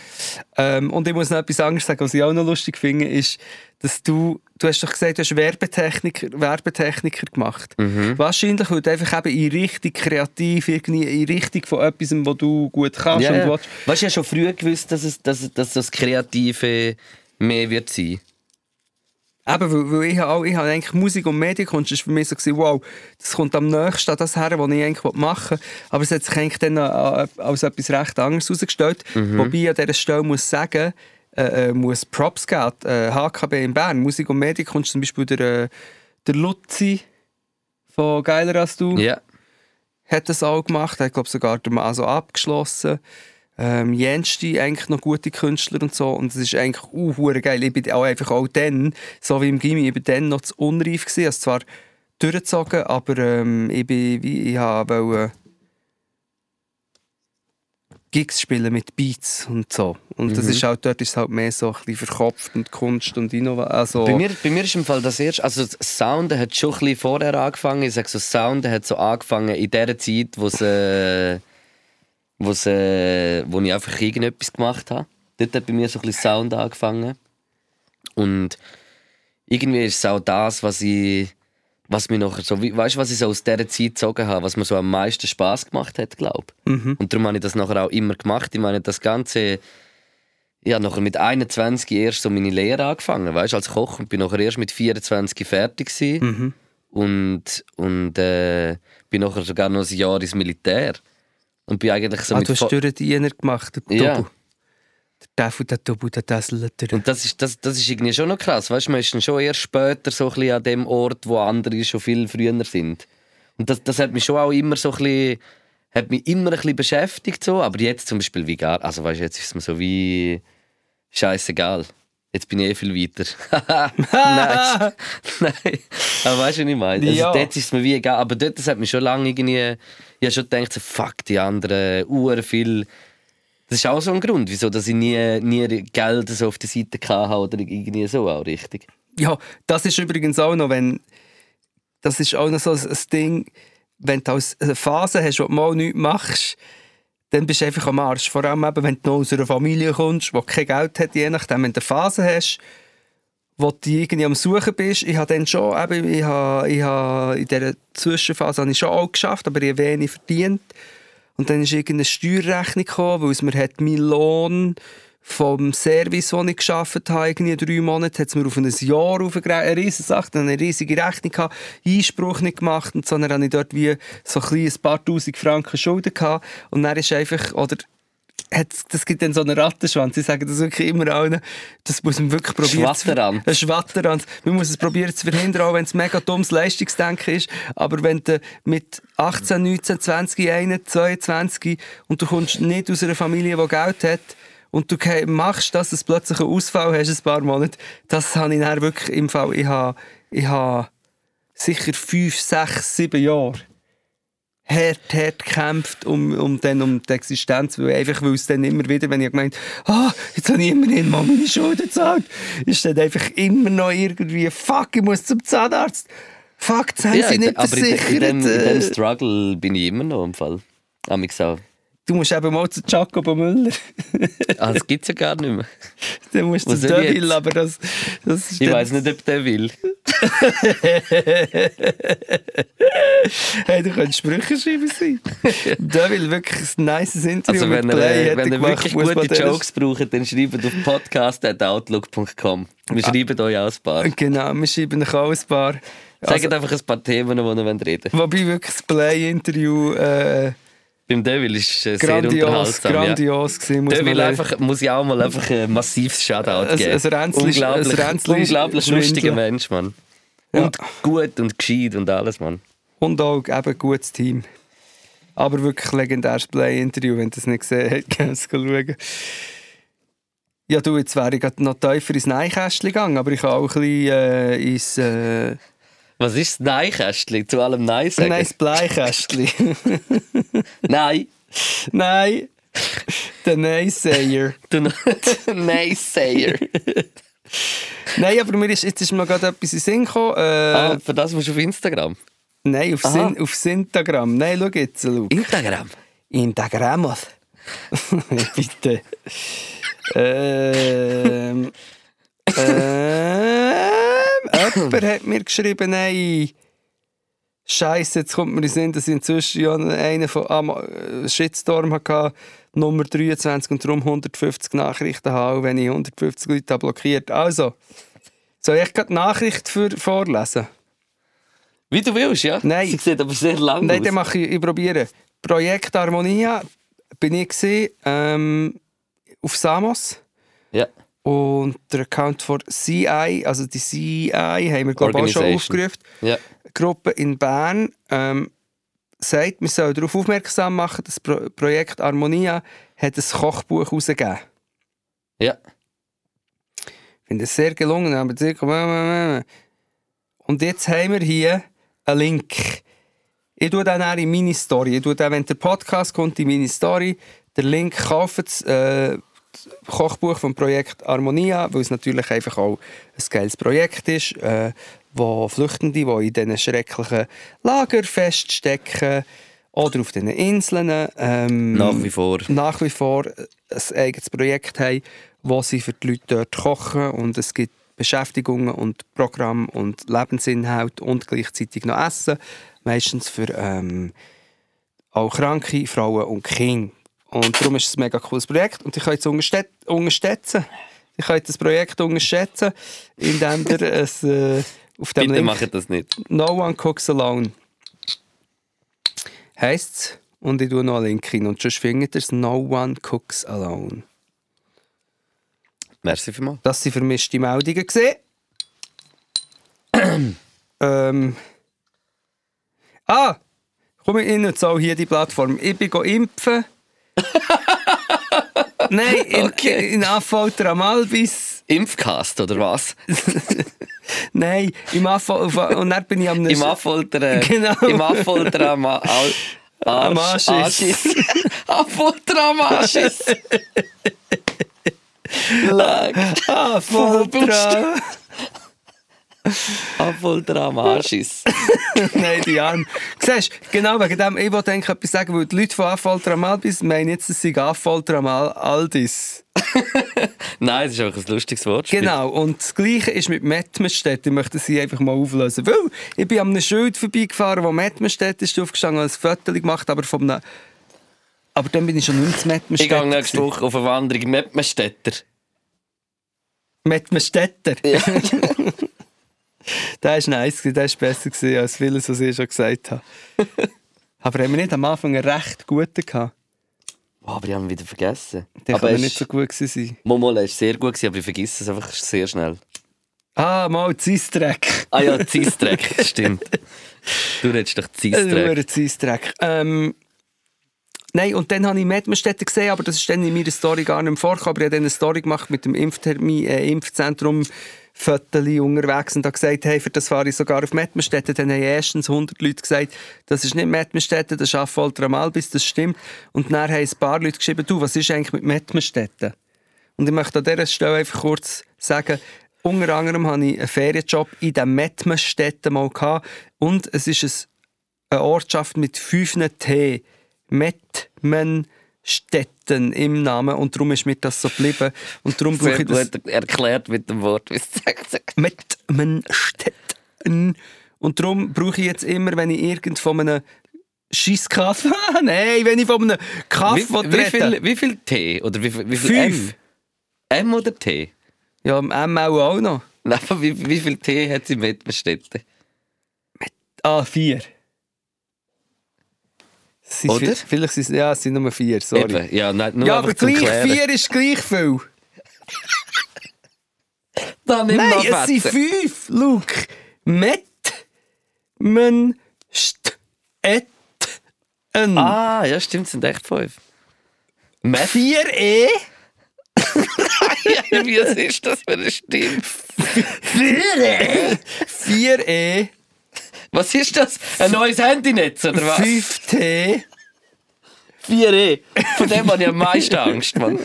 [SPEAKER 4] Ähm, und ich muss noch etwas anderes sagen, was ich auch noch lustig finde, ist, dass du, du hast doch gesagt, du hast Werbetechniker, Werbetechniker gemacht.
[SPEAKER 3] Mhm.
[SPEAKER 4] Wahrscheinlich, weil du einfach eben in Richtung kreativ, irgendwie in Richtung von etwas, wo du gut kannst
[SPEAKER 3] ja,
[SPEAKER 4] und
[SPEAKER 3] ja.
[SPEAKER 4] willst.
[SPEAKER 3] Weißt du, ich habe schon früh gewusst, dass, es, dass, dass das Kreative mehr wird sein.
[SPEAKER 4] Eben, weil, weil ich, habe auch, ich habe eigentlich Musik und Medienkunst, das war für mich so, gewesen, wow, das kommt am nächsten an das her, was ich eigentlich machen will. Aber es hat sich eigentlich dann äh, als etwas recht anderes herausgestellt. Wobei ich an dieser Stelle muss sagen, äh, äh, muss Props geben, äh, HKB in Bern, Musik und Medienkunst, zum Beispiel der, äh, der Luzi von «Geiler als du»
[SPEAKER 3] Ja.
[SPEAKER 4] hat das auch gemacht, hat glaube sogar den Maso abgeschlossen. Ähm, Jensti, eigentlich noch gute Künstler und so. Und es ist eigentlich uh, hure geil. Ich bin auch einfach auch dann, so wie im Gimmi, ich bin dann noch zu unreif gewesen. Also zwar durchgezogen, aber ähm, ich bin, wie, ich habe wollte Gigs spielen mit Beats und so. Und
[SPEAKER 3] Mhm.
[SPEAKER 4] das ist halt, dort ist es halt mehr so ein bisschen verkopft und Kunst und Innovation. Also,
[SPEAKER 3] Bei, mir, bei mir ist im Fall das erste. Also, das Sound hat schon ein bisschen vorher angefangen. Ich sage so, das Sound hat so angefangen in der Zeit, wo es. Äh, wo, es, äh, wo ich einfach irgendetwas gemacht habe. Dort hat bei mir so ein bisschen Sound angefangen. Und irgendwie ist es auch das, was ich. Was mir noch so, weißt du, was ich so aus dieser Zeit gezogen habe, was mir so am meisten Spaß gemacht hat, glaube ich.
[SPEAKER 4] Mhm.
[SPEAKER 3] Und darum habe ich das nachher auch immer gemacht. Ich meine, das Ganze. Ich habe nachher mit 21 erst so meine Lehre angefangen, weißt als Koch und bin nachher erst mit 24 fertig gewesen.
[SPEAKER 4] Mhm.
[SPEAKER 3] und und äh, bin nachher sogar noch ein Jahr ins Militär und bin eigentlich so
[SPEAKER 4] ah,
[SPEAKER 3] mit
[SPEAKER 4] du hast
[SPEAKER 3] Fa-
[SPEAKER 4] Dürrediener gemacht, der
[SPEAKER 3] Ja.
[SPEAKER 4] Dobu. Der Däffel, der Dobu, der Dessel, der...
[SPEAKER 3] und das ist das, das ist irgendwie schon noch krass, weißt man ist dann schon erst später so ein bisschen an dem Ort, wo andere schon viel früher sind und das, das hat mich schon auch immer so ein bisschen, hat mich immer ein bisschen beschäftigt so, aber jetzt zum Beispiel wie gar, also weißt jetzt ist es mir so wie scheißegal. Jetzt bin ich eh viel weiter. *laughs*
[SPEAKER 4] *laughs*
[SPEAKER 3] nice. *laughs* Nein. Aber weißt du, was ich meine? Also,
[SPEAKER 4] Ja.
[SPEAKER 3] Dort ist es mir wie egal. Aber dort das hat mich schon lange irgendwie. Ich habe schon gedacht, so, fuck, die anderen, uhr viel. Das ist auch so ein Grund, wieso dass ich nie, nie Geld so auf der Seite hatte oder irgendwie so auch richtig.
[SPEAKER 4] Ja, das ist übrigens auch noch, wenn das ist auch noch so ein ein Ding, wenn du als eine Phase hast, wo du mal nichts machst, dann bist du einfach am Arsch. Vor allem eben, wenn du noch aus einer Familie kommst, die kein Geld hat, je nachdem, wenn du eine Phase hast, wo du irgendwie am Suchen bist. Ich habe dann schon, eben, ich habe, ich habe in dieser Zwischenphase habe ich schon auch geschafft, aber ich habe wenig verdient. Und dann ist irgendeine Steuerrechnung gekommen, weil es mir hat meinen Lohn vom Service, den ich gearbeitet habe, irgendwie drei Monate, hat es mir auf ein Jahr aufgerechnet, eine riesige Sache, dann eine riesige Rechnung gehabt, Einspruch nicht gemacht und so, dann habe ich dort wie so ein, bisschen ein paar tausend Franken Schulden gehabt und dann ist einfach, oder hat's- das gibt dann so einen Rattenschwanz, ich sage das wirklich immer allen, das muss man wirklich probieren. zu-
[SPEAKER 3] Schwatterrand.
[SPEAKER 4] ein Schwatterrand. Man muss es probieren zu verhindern, auch wenn es mega dummes Leistungsdenken ist. Aber wenn du mit 18, 19, 20, 21, 22 und du kommst nicht aus einer Familie, die Geld hat, und du ke- machst das, dass du plötzlich einen Ausfall hast, ein paar Monate, das habe ich dann wirklich im Fall, ich habe, ich habe sicher fünf, sechs, sieben Jahre hart, hart gekämpft um, um, dann, um die Existenz, weil einfach, weil es dann immer wieder, wenn ich gemeint ah, jetzt habe ich immerhin mal meine Schulden gezahlt, ist dann einfach immer noch irgendwie, fuck, ich muss zum Zahnarzt. Fuck, das haben sie
[SPEAKER 3] in de-
[SPEAKER 4] nicht
[SPEAKER 3] aber in, de-
[SPEAKER 4] versichert.
[SPEAKER 3] in, dem, in
[SPEAKER 4] äh.
[SPEAKER 3] dem Struggle bin ich immer noch im Fall. Amix auch.
[SPEAKER 4] du musst eben mal zu Jacobo Müller, *laughs*
[SPEAKER 3] Ah, das gibt es ja gar nicht mehr.
[SPEAKER 4] dann musst du
[SPEAKER 3] Was
[SPEAKER 4] zu
[SPEAKER 3] soll ich
[SPEAKER 4] Deville,
[SPEAKER 3] jetzt?
[SPEAKER 4] aber das, das ist
[SPEAKER 3] Ich
[SPEAKER 4] dann-
[SPEAKER 3] weiß nicht, ob der will.
[SPEAKER 4] Hey, du könntest Sprüche schreiben
[SPEAKER 3] *laughs*
[SPEAKER 4] sein. Deville, wirklich ein nice Interview
[SPEAKER 3] Also, wenn
[SPEAKER 4] mit Play
[SPEAKER 3] ihr,
[SPEAKER 4] hätte
[SPEAKER 3] wenn ihr
[SPEAKER 4] gemacht,
[SPEAKER 3] wirklich gute
[SPEAKER 4] Fußball-
[SPEAKER 3] Jokes braucht, dann schreibt auf podcast.outlook.com. Wir
[SPEAKER 4] Ah.
[SPEAKER 3] schreiben euch auch ein paar.
[SPEAKER 4] Genau, wir schreiben euch auch ein paar.
[SPEAKER 3] Sagt einfach ein paar Themen, die ihr reden wollt.
[SPEAKER 4] Wobei wirklich das Play-Interview äh,
[SPEAKER 3] Beim Devil ist es sehr
[SPEAKER 4] grandios,
[SPEAKER 3] unterhaltsam. ja.
[SPEAKER 4] grandios gewesen, muss man
[SPEAKER 3] Devil
[SPEAKER 4] sagen.
[SPEAKER 3] einfach, muss ich auch mal einfach ein massives Shoutout
[SPEAKER 4] Ein-
[SPEAKER 3] geben.
[SPEAKER 4] ein Ränzli-
[SPEAKER 3] unglaublich
[SPEAKER 4] ein Ränzli-
[SPEAKER 3] unglaublich lustiger
[SPEAKER 4] Schwindler.
[SPEAKER 3] Mensch, Mann. Und gut und gescheit und alles, Mann.
[SPEAKER 4] Und auch eben ein gutes Team. Aber wirklich legendäres Play-Interview, wenn du es nicht gesehen *laughs* hast, kannst du schauen. Ja, du, jetzt wäre ich gerade noch tiefer ins Neinkästchen gegangen, aber ich kann auch ein bisschen äh, ins, äh,
[SPEAKER 3] Was ist das Nein-Kästchen? Zu allem Nein sagen?
[SPEAKER 4] nein, ins Bleikästchen.
[SPEAKER 3] Nein.
[SPEAKER 4] *laughs* nein, der Neinsayer.
[SPEAKER 3] Du *laughs*
[SPEAKER 4] *laughs*
[SPEAKER 3] Nein-Sayer.
[SPEAKER 4] Nein, aber mir ist, jetzt ist mir noch gerade etwas in den Sinn gekommen. Äh,
[SPEAKER 3] ah, für das musst du auf Instagram.
[SPEAKER 4] Nein, auf,
[SPEAKER 3] Aha.
[SPEAKER 4] Sin, auf Instagram. Nein, schau jetzt, schau.
[SPEAKER 3] Instagram?
[SPEAKER 4] Instagram. *laughs* Bitte. ähm. Ähm. Jemand hat mir geschrieben, ey. Scheiße, jetzt kommt mir in den Sinn, dass ich inzwischen ja einen von am äh, Shitstorm hatte, Nummer 23 und darum 150 Nachrichten habe, auch wenn ich 150 Leute habe blockiert. Also, soll ich gerade die Nachricht für vorlesen?
[SPEAKER 3] Wie du willst, ja?
[SPEAKER 4] Nein.
[SPEAKER 3] Sie sieht aber sehr lang
[SPEAKER 4] Nein, dann
[SPEAKER 3] aus.
[SPEAKER 4] mache ich, ich probiere. Projekt Harmonia bin ich gewesen, ähm, auf Samos
[SPEAKER 3] Ja.
[SPEAKER 4] und der Account von CI, also die CI, haben wir glaube ich auch schon
[SPEAKER 3] Organisation.
[SPEAKER 4] aufgerufen.
[SPEAKER 3] ja.
[SPEAKER 4] Gruppe in Bern ähm, sagt, wir sollen darauf aufmerksam machen, das Pro Projekt Harmonia hat ein Kochbuch herausgegeben.
[SPEAKER 3] Ja.
[SPEAKER 4] Ich finde es sehr gelungen, aber circa- Und jetzt haben wir hier einen Link. Ich tue den dann in meine Story. Ich tue den, wenn der Podcast kommt, in meine Story. Der Link kauft das, äh, das Kochbuch vom Projekt Harmonia, weil es natürlich einfach auch ein geiles Projekt ist, äh, wo Flüchtende, die in diesen schrecklichen Lager feststecken oder auf diesen Inseln. Ähm,
[SPEAKER 3] Nach wie vor.
[SPEAKER 4] nach wie vor ein eigenes Projekt haben, wo sie für die Leute dort kochen und es gibt Beschäftigungen und Programm und Lebensinhalt und gleichzeitig noch Essen, meistens für ähm, auch Kranke, Frauen und Kinder. Und darum ist es ein mega cooles Projekt und ich kann jetzt unterstät- unterstützen. Ich kann das Projekt unterschätzen, indem ihr es äh, auf dem
[SPEAKER 3] Bitte
[SPEAKER 4] Link
[SPEAKER 3] macht das nicht.
[SPEAKER 4] No one cooks alone. Heißt's? Und ich tue noch einen Link hin. Und sonst findet ihr es No one cooks alone.
[SPEAKER 3] Merci vielmals.
[SPEAKER 4] Das sind vermischte Meldungen gesehen. *coughs* ähm. Ah! Komm ich nutze auch hier die Plattform. Ich bin
[SPEAKER 3] *laughs*
[SPEAKER 4] go impfen. Nein, in,
[SPEAKER 3] Okay.
[SPEAKER 4] in Affolter am Albis.
[SPEAKER 3] Impfcast, oder was?
[SPEAKER 4] Nein, im Affolter. Und dann bin ich am
[SPEAKER 3] Im Affolter...
[SPEAKER 4] *laughs*
[SPEAKER 3] Äh,
[SPEAKER 4] Genau.
[SPEAKER 3] Im Affolter am... Al-
[SPEAKER 4] Am
[SPEAKER 3] Arsch,
[SPEAKER 4] Arschiss. *laughs*
[SPEAKER 3] Arschiss. Affolter am Arschiss. Lag.
[SPEAKER 4] Affolter.
[SPEAKER 3] Affolter am Arschiss.
[SPEAKER 4] Nein, die Arme. Siehst du, genau wegen dem, ich wollte eigentlich etwas sagen, weil die Leute von Affalter am Albis meinen jetzt, es sei Affalter am Al- Aldis.
[SPEAKER 3] Nein, das ist einfach ein lustiges Wort.
[SPEAKER 4] Genau, und das Gleiche ist mit Mettmerstedt. Ich möchte sie einfach mal auflösen. Weil ich bin an einem Schild vorbeigefahren, wo Mettmerstedt ist, aufgestanden und ein Foto gemacht, aber vom... Aber dann bin ich schon nicht mehr zu
[SPEAKER 3] Ich
[SPEAKER 4] Mettmerstedt.
[SPEAKER 3] gehe nächste Woche auf eine Wanderung in Mettmerstetter.
[SPEAKER 4] Mettmerstetter. *laughs* der war nice, gewesen, der war besser gewesen als vieles, was ich schon
[SPEAKER 3] *laughs*
[SPEAKER 4] gesagt habe. aber haben wir nicht am Anfang einen recht guten gehabt?
[SPEAKER 3] Oh, aber ich habe ihn wieder vergessen.
[SPEAKER 4] Der
[SPEAKER 3] aber
[SPEAKER 4] kann
[SPEAKER 3] es-
[SPEAKER 4] nicht so gut gewesen sein.
[SPEAKER 3] Momol, er war sehr gut, gewesen, aber ich vergesse es einfach sehr schnell.
[SPEAKER 4] Ah, mal Zeissdreck.
[SPEAKER 3] Ah ja,
[SPEAKER 4] *laughs*
[SPEAKER 3] Zeissdreck, stimmt. Du redest doch Zeissdreck.
[SPEAKER 4] Ein Zeissdreck. Ähm, nein, und dann habe ich Medmenstädte gesehen, aber das ist dann in meiner Story gar nicht mehr vorgekommen. Aber ich habe dann eine Story gemacht mit dem Impftermin, äh, Impfzentrum Viertel unterwegs und habe gesagt, hey, für das fahre ich sogar auf Medmenstädte. Dann haben erstens 100 Leute gesagt, das ist nicht Medmenstädte, das ist Affolter am Albis, das stimmt. Und dann haben ein paar Leute geschrieben, du, was ist eigentlich mit Medmenstädte? Und ich möchte an dieser Stelle einfach kurz sagen, unter anderem hatte ich einen Ferienjob in den Mettmerstädten mal gehabt. Und es ist ein eine Ortschaft mit fünf T. Mettmannstetten im Namen. Und darum ist mir das so geblieben. Und darum brauche
[SPEAKER 3] Sehr
[SPEAKER 4] ich das
[SPEAKER 3] gut erklärt mit dem Wort. wie es *laughs* gesagt wird.
[SPEAKER 4] Mettmannstetten. Und darum brauche ich jetzt immer, wenn ich irgend von einem Scheisskaff. *laughs* Nein, wenn ich von einem Kaff
[SPEAKER 3] Wie,
[SPEAKER 4] will
[SPEAKER 3] wie,
[SPEAKER 4] reden.
[SPEAKER 3] viel, wie viel T? Oder wie, viel- wie viel
[SPEAKER 4] Fünf.
[SPEAKER 3] M? M oder T?
[SPEAKER 4] Ja, M auch, auch noch.
[SPEAKER 3] Nein, aber wie, wie viel T hat sie in Mettmerstetten?
[SPEAKER 4] Ah, vier. Es sind
[SPEAKER 3] Oder?
[SPEAKER 4] vi- Vielleicht sind es, ja, es sind nur vier, sorry.
[SPEAKER 3] Eben, Ja, nein, nur
[SPEAKER 4] Ja,
[SPEAKER 3] einfach
[SPEAKER 4] aber
[SPEAKER 3] zum
[SPEAKER 4] gleich
[SPEAKER 3] Klären.
[SPEAKER 4] vier ist gleich viel.
[SPEAKER 3] Dann nimm
[SPEAKER 4] Nein,
[SPEAKER 3] noch
[SPEAKER 4] es sind
[SPEAKER 3] Fetzen.
[SPEAKER 4] fünf, Luke. Met, men, st, et, en.
[SPEAKER 3] Ah, ja, stimmt, es sind echt fünf. Matt, *laughs*
[SPEAKER 4] 4e,
[SPEAKER 3] wie ist das für eine Stimme?
[SPEAKER 4] 4e,
[SPEAKER 3] Was ist das? Ein neues Handynetz oder was?
[SPEAKER 4] 5t.
[SPEAKER 3] 4E. Von dem habe ich am meisten Angst, Mann.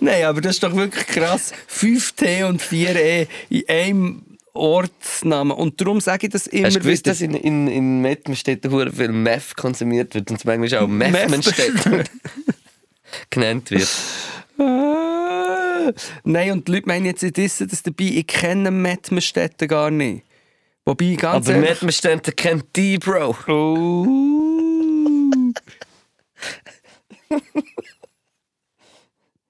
[SPEAKER 4] Nein, aber das ist doch wirklich krass. 5T und 4E in einem Ortsnamen. Und darum sage ich das immer
[SPEAKER 3] Hast du gewusst,
[SPEAKER 4] wieder.
[SPEAKER 3] dass in, in, in Mettmanstedt sehr viel Meth konsumiert wird und manchmal auch
[SPEAKER 4] *laughs*
[SPEAKER 3] Methmanstedt genannt wird?
[SPEAKER 4] Ah. Nein, und die Leute meinen jetzt in Dissen, dass dabei, ich kenne Mettmerstädte gar nicht. Wobei, ganz
[SPEAKER 3] Aber
[SPEAKER 4] ehrlich...
[SPEAKER 3] Methmanstedt kennt die, Bro.
[SPEAKER 4] Oh.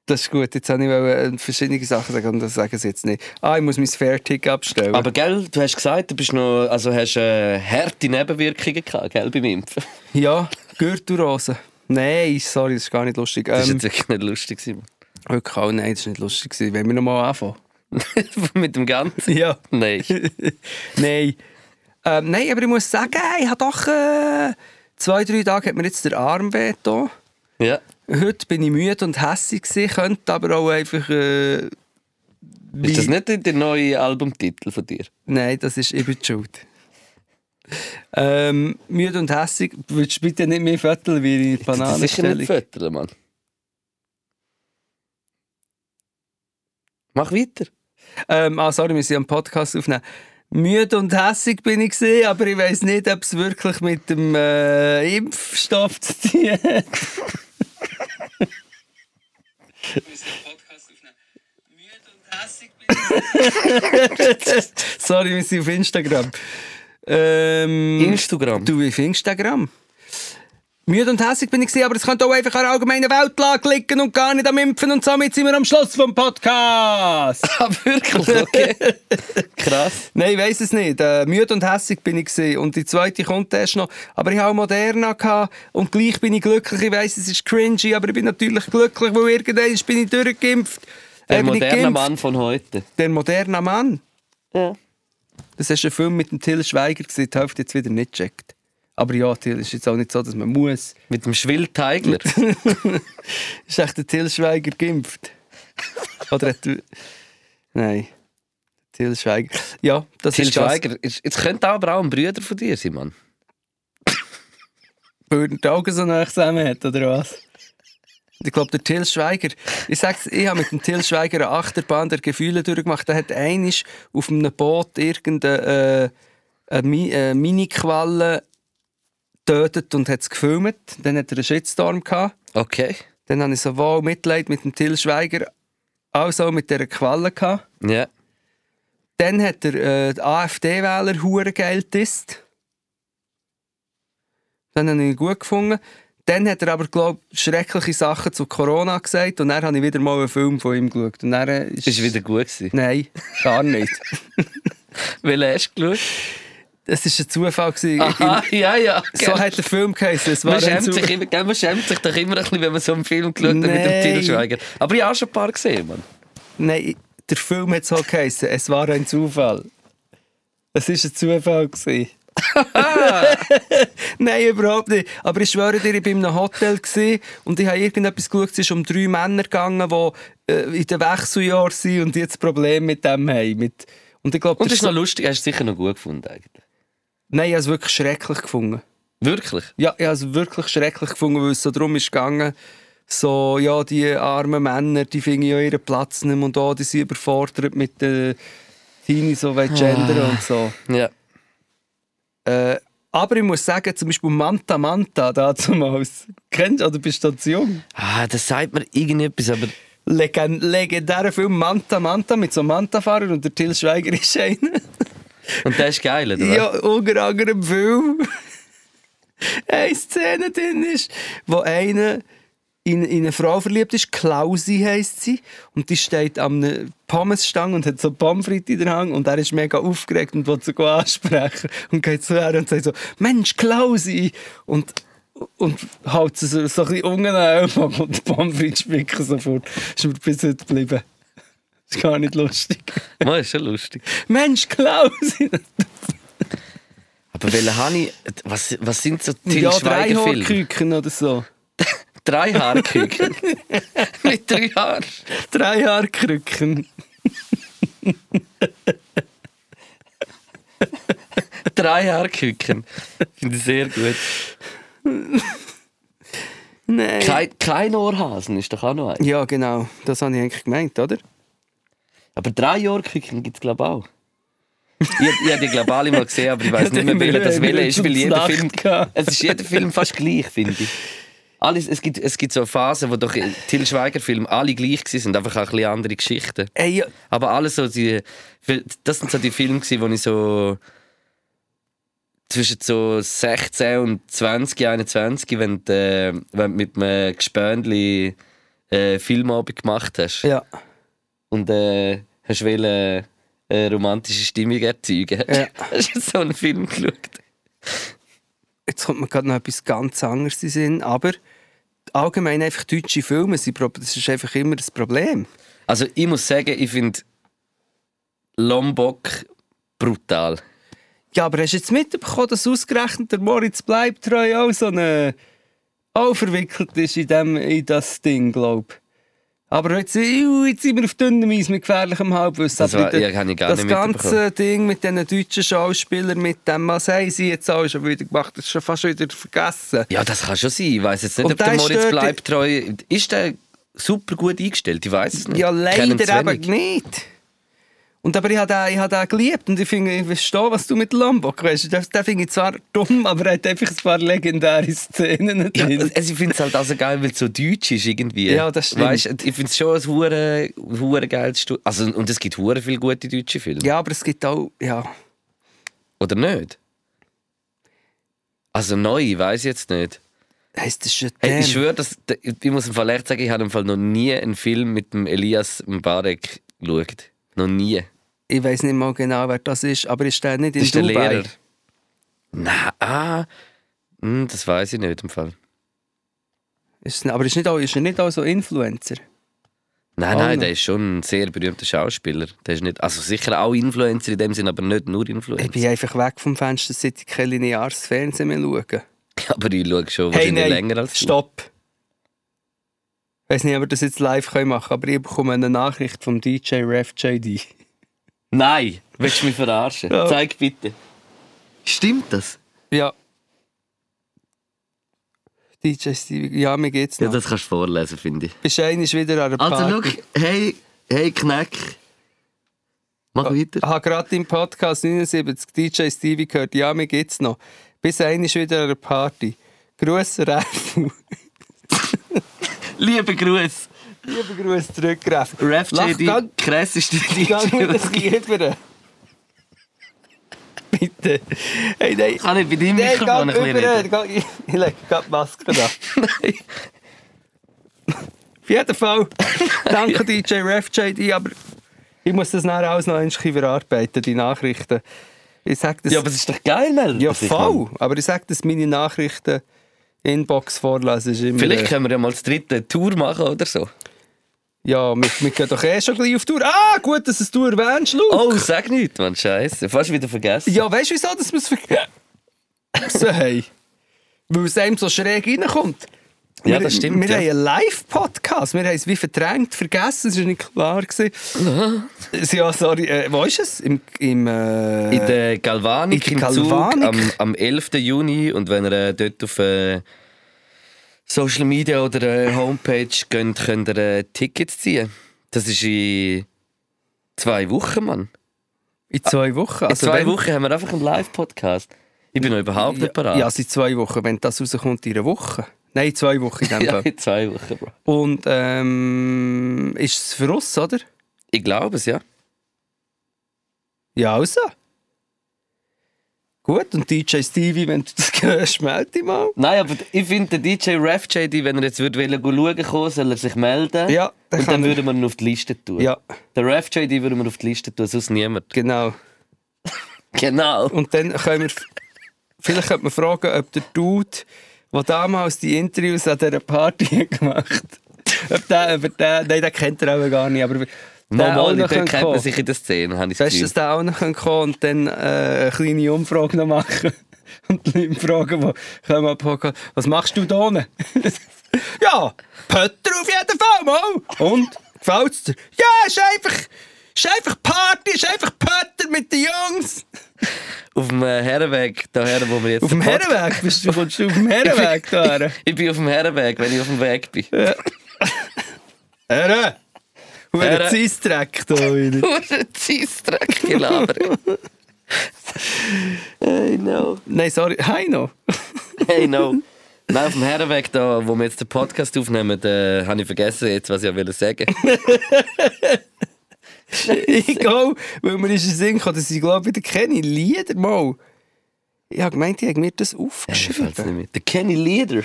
[SPEAKER 4] Das ist gut, jetzt wollte ich wollen verschiedene Sachen sagen und das sagen sie jetzt nicht. Ah, ich muss mein Fairtick abstellen.
[SPEAKER 3] Aber gell, du hast gesagt, du bist noch, also hast äh, harte Nebenwirkungen gehabt, gell, beim Impfen. *laughs*
[SPEAKER 4] Ja, Gürtelrose. Nein, sorry, das ist gar nicht lustig.
[SPEAKER 3] Das war
[SPEAKER 4] Ähm,
[SPEAKER 3] jetzt wirklich nicht lustig, Simon.
[SPEAKER 4] wirklich, oh nein, das ist nicht lustig. gewesen. Wollen wir nochmal anfangen?
[SPEAKER 3] *laughs* Mit dem Ganzen?
[SPEAKER 4] Ja. *laughs*
[SPEAKER 3] Nein.
[SPEAKER 4] nein. Ähm, nein, aber ich muss sagen, ich habe doch äh, zwei, drei Tage hat mir jetzt der Arm weh getan.
[SPEAKER 3] Ja.
[SPEAKER 4] Heute bin ich müde und hässig gewesen, könnte aber auch einfach... Äh,
[SPEAKER 3] Ist das nicht der neue Albumtitel von dir?
[SPEAKER 4] Nein, das ist eben die Schuld. Ähm, müde und hässig, willst du bitte nicht mehr vierteln wie die
[SPEAKER 3] Das ist sicher nicht
[SPEAKER 4] Bananenstellung?
[SPEAKER 3] Fötterle, Mann. Mach weiter.
[SPEAKER 4] Ähm, ah, sorry, wir sind am Podcast aufnehmen. Müde und hässig bin ich gesehen, aber ich weiß nicht, ob es wirklich mit dem äh, Impfstoff zu tun hat. Sorry, wir sind auf Instagram. Ähm,
[SPEAKER 3] Instagram.
[SPEAKER 4] du auf Instagram. Müde und hässig bin ich gesehen, aber es könnte auch einfach an der allgemeinen Weltlage liegen und gar nicht am Impfen und somit sind wir am Schluss vom Podcast.
[SPEAKER 3] *laughs* Ah, wirklich? Okay. Krass.
[SPEAKER 4] Nein, ich weiß es nicht. Äh, müde und hässig bin ich gewesen. und die zweite kommt erst noch. Aber ich habe auch Moderna gehabt. und gleich bin ich glücklich. Ich weiß, es ist cringy, aber ich bin natürlich glücklich, weil irgendwann bin ich durchgeimpft.
[SPEAKER 3] Der
[SPEAKER 4] Äh, bin ich
[SPEAKER 3] moderne
[SPEAKER 4] geimpft.
[SPEAKER 3] Mann von heute.
[SPEAKER 4] Der moderne Mann.
[SPEAKER 3] Ja.
[SPEAKER 4] Das ist ein Film mit dem Till Schweiger gesehen, die Hälfte jetzt wieder nicht checkt. Aber ja, Till ist jetzt auch nicht so, dass man muss.
[SPEAKER 3] Mit dem
[SPEAKER 4] *laughs*
[SPEAKER 3] Schwildteigler.
[SPEAKER 4] Ist echt der Till Schweiger geimpft? Oder hat du... Nein. Till Schweiger. Ja, das
[SPEAKER 3] Til
[SPEAKER 4] ist das.
[SPEAKER 3] Schweiger. Ist- Jetzt könnte aber auch ein Bruder von dir sein, Mann.
[SPEAKER 4] Bühnen die Augen so nah zusammen hat, oder was? Ich glaube, der Till Schweiger, ich sag's, ich habe mit dem Till Schweiger eine Achterbahn der Gefühle durchgemacht. Der hat einisch auf einem Boot irgendeine äh, eine Mi- äh, Mini-Qualle getötet und hat es gefilmt. Dann hat er einen Shitstorm gehabt.
[SPEAKER 3] Okay.
[SPEAKER 4] Dann habe ich sowohl Mitleid mit dem Till Schweiger als auch mit dieser Qualle gehabt.
[SPEAKER 3] Ja.
[SPEAKER 4] Dann hat er äh, die AfD-Wähler hure geil gedisst. Dann habe ich ihn gut gefunden. Dann hat er aber, glaube ich, schreckliche Sachen zu Corona gesagt. Und dann habe ich wieder mal einen Film von ihm geschaut. Und dann äh, ist...
[SPEAKER 3] Ist wieder gut gewesen.
[SPEAKER 4] Nein, gar *laughs* nicht.
[SPEAKER 3] Weil hast du geschaut?
[SPEAKER 4] Es war ein Zufall. Gewesen. *laughs*
[SPEAKER 3] Aha, ja, ja. Genau.
[SPEAKER 4] Ich- so hat der Film geheißen. Es war
[SPEAKER 3] man,
[SPEAKER 4] ein
[SPEAKER 3] schämt sich
[SPEAKER 4] Zufall.
[SPEAKER 3] immer, gell, man schämt sich doch immer ein bisschen, wenn man so einen Film geschaut hat mit dem
[SPEAKER 4] Nein.
[SPEAKER 3] Til Schweiger. Aber ich habe auch schon ein paar gesehen, Mann.
[SPEAKER 4] Nein, der Film hat so geheißen. Es war ein Zufall. Es war ein Zufall. Gewesen.
[SPEAKER 3] Ah!
[SPEAKER 4] *laughs* Nein, überhaupt nicht. Aber ich schwöre dir, ich war in einem Hotel gewesen und ich habe irgendetwas geschaut. Es ist um drei Männer gegangen, die äh, in den Wechseljahren sind und jetzt Probleme mit dem haben. Mit, und ich glaube,
[SPEAKER 3] Und das
[SPEAKER 4] der
[SPEAKER 3] ist noch
[SPEAKER 4] Sa-
[SPEAKER 3] lustig, hast du sicher noch gut gefunden eigentlich.
[SPEAKER 4] Nein, ich habe es wirklich schrecklich gefunden.
[SPEAKER 3] Wirklich?
[SPEAKER 4] Ja, ich habe es wirklich schrecklich gefunden, weil es so darum ist gegangen, so, ja, die armen Männer, die finden ja ihren Platz nicht mehr und oh, die sind überfordert mit den Teenies, so weit Gender und so.
[SPEAKER 3] Ja.
[SPEAKER 4] Äh, aber ich muss sagen, zum Beispiel Manta Manta damals, *laughs* kennst du, oder bist du da zu jung?
[SPEAKER 3] Ah, das sagt mir irgendetwas, aber
[SPEAKER 4] Legen legendärer Film Manta Manta mit so einem Manta-Fahrer und der Till Schweiger ist einer.
[SPEAKER 3] Und der ist geil, oder?
[SPEAKER 4] Ja, unter anderem Film. *laughs* eine Szene drin ist, wo einer in, in eine Frau verliebt ist, Klausi heisst sie, und die steht am Pommesstang und hat so Pommes frites in der Hand und er ist mega aufgeregt und will sie go ansprechen und geht zu ihr und sagt so, Mensch, Klausi! Und, und haut sie so, so ein bisschen unten an und die Pommes frites schmecken sofort. Ist mir bis heute geblieben. Ist gar nicht lustig.
[SPEAKER 3] Man, ist schon lustig.
[SPEAKER 4] Mensch, Klausi!
[SPEAKER 3] Welchen habe ich? Was, was sind so Til
[SPEAKER 4] Ja, drei
[SPEAKER 3] Schweiger-Filme?
[SPEAKER 4] Haarküken oder so.
[SPEAKER 3] Drei
[SPEAKER 4] *laughs*
[SPEAKER 3] Haarküken. Mit drei Haaren.
[SPEAKER 4] Drei Haarkrücken.
[SPEAKER 3] Drei Haarküken. Finde ich sehr gut.
[SPEAKER 4] Nein.
[SPEAKER 3] Klein, Kleinohrhasen ist doch auch noch ein.
[SPEAKER 4] Ja, genau. Das habe ich eigentlich gemeint, oder?
[SPEAKER 3] Aber drei Ohrküken gibt es, glaube ich, auch. ich ich habe die globale mal gesehen, aber ich weiß nicht mehr, welcher das welcher ist, weil jeder Film, es ist jeder Film fast gleich, finde ich. Alles, es, gibt, es gibt so Phasen, wo doch Till Schweiger-Filme alle gleich waren, einfach auch ein bisschen andere Geschichten.
[SPEAKER 4] Ey, ja.
[SPEAKER 3] Aber alles so die. Das sind so die Filme, gewesen, wo ich so. Zwischen so 16 und 20, 21, wenn du, äh, wenn du mit einem Gespöndli äh, Filmabend gemacht hast
[SPEAKER 4] Ja.
[SPEAKER 3] und äh, hast wollen, äh, romantische Stimmung erzeugen.
[SPEAKER 4] Ja.
[SPEAKER 3] *laughs* hast du so einen Film geschaut?
[SPEAKER 4] Jetzt kommt mir gerade noch etwas ganz anderes in den Sinn, aber allgemein einfach deutsche Filme, sind prob- das ist einfach immer das Problem.
[SPEAKER 3] Also ich muss sagen, ich finde Lombok brutal.
[SPEAKER 4] Ja, aber hast du jetzt mitbekommen, dass ausgerechnet der Moritz Bleibtreu auch so eine auch verwickelt ist in, dem, in das Ding, glaube ich. Aber jetzt, iu, jetzt sind wir auf dünnem Eis mit gefährlichem Halbwissen.
[SPEAKER 3] Das
[SPEAKER 4] Aber
[SPEAKER 3] war-
[SPEAKER 4] in der-
[SPEAKER 3] ja, habe ich gar
[SPEAKER 4] das
[SPEAKER 3] nicht
[SPEAKER 4] ganze
[SPEAKER 3] mitbekommen.
[SPEAKER 4] Ding mit diesen deutschen Schauspielern, mit dem, was haben sie jetzt auch schon wieder gemacht, das ist schon fast wieder vergessen.
[SPEAKER 3] Ja, das kann schon sein. Ich weiß jetzt nicht,
[SPEAKER 4] Und
[SPEAKER 3] ob der
[SPEAKER 4] der
[SPEAKER 3] Moritz
[SPEAKER 4] stört-
[SPEAKER 3] bleibt treu. Ist der super gut eingestellt? Ich weiß es nicht.
[SPEAKER 4] Ja,
[SPEAKER 3] Kennen zu
[SPEAKER 4] leider eben
[SPEAKER 3] wenig.
[SPEAKER 4] nicht. Und aber ich habe den, ich habe den geliebt und ich finde, ich verstehe, was du mit Lombok weißt. Den, den finde ich zwar dumm, aber er hat einfach ein paar legendäre Szenen
[SPEAKER 3] Ja,
[SPEAKER 4] drin.
[SPEAKER 3] also ich finde es halt also geil, weil es so deutsch ist irgendwie.
[SPEAKER 4] Ja, das stimmt.
[SPEAKER 3] Weißt, ich finde es schon ein hure, hure geiles Studio. Also, und es gibt hure viele gute deutsche Filme.
[SPEAKER 4] Ja, aber es gibt auch, ja,
[SPEAKER 3] Oder nicht? Also neu, weiß ich jetzt nicht.
[SPEAKER 4] heisst das schon
[SPEAKER 3] Hey,
[SPEAKER 4] hey,
[SPEAKER 3] ich schwöre, dass, ich muss im Fall echt sagen, ich habe im Fall noch nie einen Film mit dem Elias Mbarek geschaut. Noch nie.
[SPEAKER 4] Ich weiß nicht mal genau, wer das ist, aber ist der nicht
[SPEAKER 3] Das
[SPEAKER 4] in
[SPEAKER 3] ist der
[SPEAKER 4] Dubai?
[SPEAKER 3] Lehrer. Nein, ah, hm, das weiß ich nicht im Fall.
[SPEAKER 4] Ist, aber ist, nicht auch, ist er nicht auch so Influencer?
[SPEAKER 3] Nein,
[SPEAKER 4] Ah,
[SPEAKER 3] nein,
[SPEAKER 4] nein.
[SPEAKER 3] der ist schon ein sehr berühmter Schauspieler. Der ist nicht, also sicher auch Influencer in dem Sinn, aber nicht nur
[SPEAKER 4] Ich
[SPEAKER 3] Influencer.
[SPEAKER 4] bin einfach weg vom Fenster, seit ich kein lineares Fernsehen mehr schaue.
[SPEAKER 3] *laughs* Aber ich schaue schon wahrscheinlich länger als du.
[SPEAKER 4] stopp. Ich weiß nicht, ob wir das jetzt live können machen können, aber ich bekomme eine Nachricht vom DJ Ref JD.
[SPEAKER 3] Nein, willst du mich verarschen?
[SPEAKER 4] Ja.
[SPEAKER 3] Zeig bitte. Stimmt das?
[SPEAKER 4] *laughs* Ja. DJ Stevie, ja, mir geht's
[SPEAKER 3] Ja,
[SPEAKER 4] noch.
[SPEAKER 3] das kannst du vorlesen, finde ich.
[SPEAKER 4] Bist einmal wieder an der Party.
[SPEAKER 3] Also schau, hey, hey Knack. Mach weiter.
[SPEAKER 4] Ich habe gerade im Podcast 79 DJ Stevie gehört, ja, mir geht's noch. Bis einmal wieder an der Party. Gruß, *laughs* Refu.
[SPEAKER 3] Liebe Grüße.
[SPEAKER 4] Liebe Grüße zurück, Refu.
[SPEAKER 3] Ref
[SPEAKER 4] Lach
[SPEAKER 3] JD,
[SPEAKER 4] ganz-
[SPEAKER 3] krasseste *laughs*
[SPEAKER 4] Gang mir
[SPEAKER 3] DJ.
[SPEAKER 4] das rüber. Bitte. Hey, nein.
[SPEAKER 3] Kann ich bei deinem
[SPEAKER 4] Nein,
[SPEAKER 3] Mikrofon ein
[SPEAKER 4] gang
[SPEAKER 3] bisschen
[SPEAKER 4] rüber.
[SPEAKER 3] reden?
[SPEAKER 4] Gang, ich *laughs* ich lege gerade die Maske an.
[SPEAKER 3] *laughs*
[SPEAKER 4] *laughs* Auf jeden Fall.
[SPEAKER 3] *laughs*
[SPEAKER 4] Danke DJ Ref JD, aber ich muss das nachher alles noch ein bisschen verarbeiten, die Nachrichten. Ich sage das...
[SPEAKER 3] Ja, aber es ist doch geil, Mel.
[SPEAKER 4] Ja,
[SPEAKER 3] dass ich
[SPEAKER 4] voll. Aber ich sage, dass dus, meine Nachrichten Inbox vorlesen ist immer...
[SPEAKER 3] Vielleicht
[SPEAKER 4] äh,
[SPEAKER 3] können wir ja mal das dritte Tour machen oder so.
[SPEAKER 4] Ja, wir, wir gehen doch eh schon gleich auf Tour. Ah, gut, dass es du erwähnst, Luke.
[SPEAKER 3] Oh, sag nicht, man Scheiße. Fast wieder vergessen.
[SPEAKER 4] Ja, weißt du, wieso dass wir es vergessen haben? Weil es einem so schräg reinkommt.
[SPEAKER 3] Ja,
[SPEAKER 4] wir,
[SPEAKER 3] das stimmt,
[SPEAKER 4] Wir
[SPEAKER 3] ja.
[SPEAKER 4] haben einen Live-Podcast. Wir haben es wie verdrängt, vergessen. Es war nicht klar. gewesen. ja, sorry. Äh, wo ist es? Im, im, äh,
[SPEAKER 3] In der Galvanik,
[SPEAKER 4] In der
[SPEAKER 3] im Zug
[SPEAKER 4] Galvanik?
[SPEAKER 3] am, am 11. Juni. Und wenn ihr äh, dort auf äh, Social Media oder äh, Homepage geht, könnt ihr äh, Tickets ziehen. Das ist in zwei Wochen, Mann.
[SPEAKER 4] in zwei Wochen. also
[SPEAKER 3] In zwei
[SPEAKER 4] wenn-
[SPEAKER 3] Wochen haben wir einfach einen Live-Podcast. Ich bin noch überhaupt nicht
[SPEAKER 4] Ja,
[SPEAKER 3] parat. *laughs*
[SPEAKER 4] ja, es in zwei Wochen. Wenn das rauskommt, in einer Woche. Nein, in zwei Wochen in
[SPEAKER 3] *laughs*
[SPEAKER 4] dem
[SPEAKER 3] Ja,
[SPEAKER 4] Fall.
[SPEAKER 3] in zwei Wochen, Bro.
[SPEAKER 4] Und ähm, ist es für uns, oder?
[SPEAKER 3] Ich glaube es, ja.
[SPEAKER 4] Ja, also. Gut, und DJ Stevie, wenn du das *laughs* hörst, melde dich mal.
[SPEAKER 3] Nein, aber ich finde, der DJ Ref JD, wenn er jetzt würde wollen, go schauen kommen, soll er sich melden.
[SPEAKER 4] Ja, dann
[SPEAKER 3] dann Und
[SPEAKER 4] kann
[SPEAKER 3] dann
[SPEAKER 4] er-
[SPEAKER 3] würden wir ihn auf die Liste tun.
[SPEAKER 4] Ja,
[SPEAKER 3] Der Ref JD würden wir auf die Liste tun, sonst niemand.
[SPEAKER 4] genau.
[SPEAKER 3] Genau.
[SPEAKER 4] Und dann können wir. Vielleicht könnte man fragen, ob der Dude, der damals die Interviews an dieser Party *laughs* gemacht hat, ob der über den. Nein, den kennt er auch gar nicht. Aber der auch
[SPEAKER 3] Nochmal,
[SPEAKER 4] noch
[SPEAKER 3] dort kennt
[SPEAKER 4] kommen.
[SPEAKER 3] man sich in der Szene, habe ich das
[SPEAKER 4] Weißt du,
[SPEAKER 3] Gefühl.
[SPEAKER 4] dass der auch noch kommen kann und dann äh, eine kleine Umfrage noch machen *laughs* Und die Leute fragen, die kommen ab, Podcast, was machst du da unten? *laughs* ja, Pötter auf jeden Fall mal. Und, gefällt's dir? Ja, ist einfach, ist einfach Party, ist einfach Pötter mit den Jungs.
[SPEAKER 3] Auf dem äh, Herrenweg, daher, wo wir jetzt.
[SPEAKER 4] Auf dem
[SPEAKER 3] den Podcast-
[SPEAKER 4] Herrenweg bist du, kommst du auf dem Herrenweg da her.
[SPEAKER 3] Ich bin auf dem Herrenweg, wenn ich auf dem Weg bin.
[SPEAKER 4] Herren! Und wenn
[SPEAKER 3] Herren.
[SPEAKER 4] der Zeiss trägt
[SPEAKER 3] *laughs*
[SPEAKER 4] da wieder.
[SPEAKER 3] Nur ein Zeissdreck gelabert. hey no.
[SPEAKER 4] Nein, sorry, hi noch.
[SPEAKER 3] Hey no. Nein, auf dem Herrenweg, da, wo wir jetzt den Podcast aufnehmen, äh, habe ich vergessen, jetzt, was ich will sagen
[SPEAKER 4] *laughs* Egal, weil mir ist in den Sinn gekommen, dass ich glaube, wieder keine Lieder mal. Ich habe gemeint, ich habe mir das
[SPEAKER 3] Ich
[SPEAKER 4] aufgeschrieben. *laughs*
[SPEAKER 3] fällt's nicht mehr. Der Kenny Leader.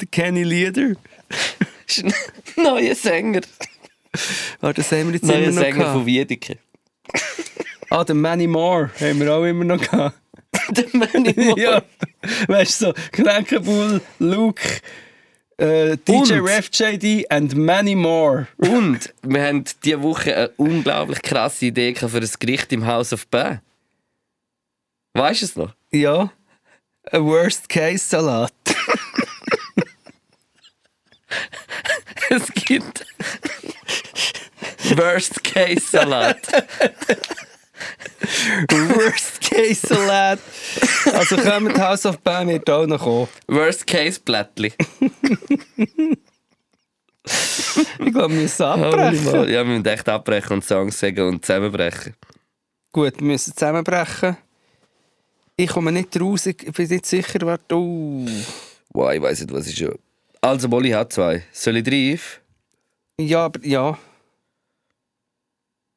[SPEAKER 4] Der Kenny Lieder.
[SPEAKER 3] ist ein *laughs* neuer Sänger.
[SPEAKER 4] Ah, das haben wir jetzt
[SPEAKER 3] Neuer
[SPEAKER 4] immer noch
[SPEAKER 3] Sänger von
[SPEAKER 4] gehabt.
[SPEAKER 3] Wiedeke.
[SPEAKER 4] Ah, den Manny Moore haben wir auch immer noch gehabt.
[SPEAKER 3] Der *laughs* Manny Moore.
[SPEAKER 4] *laughs* ja, weißt du, so Knäckebull, Luke, äh, DJ
[SPEAKER 3] Und?
[SPEAKER 4] Ref JD and Manny Moore.
[SPEAKER 3] Und wir haben diese Woche eine unglaublich krasse Idee gehabt für ein Gericht im House of Bär. Weißt du es noch? *laughs*
[SPEAKER 4] Ja, ein *laughs* Worst-Case-Salat.
[SPEAKER 3] Es gibt Worst Case Salat.
[SPEAKER 4] Worst-Case-Salat. also kommen die House of Bam wird auch noch kommen.
[SPEAKER 3] Worst Case Blättli.
[SPEAKER 4] Ich glaube, wir müssen abbrechen.
[SPEAKER 3] ja, wir müssen echt abbrechen und Songs sagen und zusammenbrechen.
[SPEAKER 4] Gut, wir müssen zusammenbrechen. Ich komme nicht raus, ich bin nicht sicher, Oh. wer du.
[SPEAKER 3] Wow, ich weiß nicht, was ist schon. Also, Molly hat zwei. Soll ich drauf?
[SPEAKER 4] Ja, aber ja.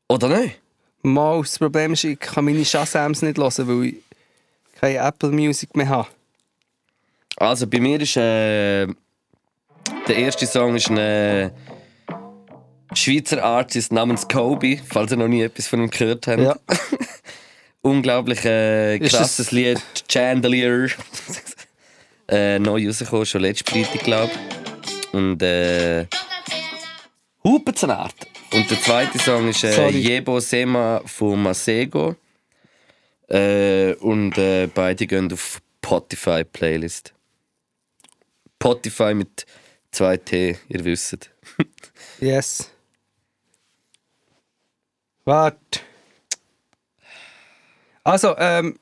[SPEAKER 3] Oder nicht?
[SPEAKER 4] Mal, das Problem ist, ich kann meine Shazams nicht hören, weil ich keine Apple Music mehr habe.
[SPEAKER 3] Also, bei mir ist. Äh, der erste Song ist ein. Äh, Schweizer Artist namens Kobe, falls ihr noch nie etwas von ihm gehört habt.
[SPEAKER 4] Ja.
[SPEAKER 3] *laughs* unglaublich äh,
[SPEAKER 4] Ist
[SPEAKER 3] krasses
[SPEAKER 4] das-
[SPEAKER 3] Lied, Chandelier. *laughs* äh, neu rausgekommen, schon letzte Freitag, glaube ich. Und äh, Hupenzenart. Und der zweite Song ist äh,
[SPEAKER 4] Sorry.
[SPEAKER 3] Jebo Sema von Masego. Äh, und äh, beide gehen auf Spotify Playlist. Spotify mit 2T, ihr wisst.
[SPEAKER 4] Yes. Warte. Also, ähm,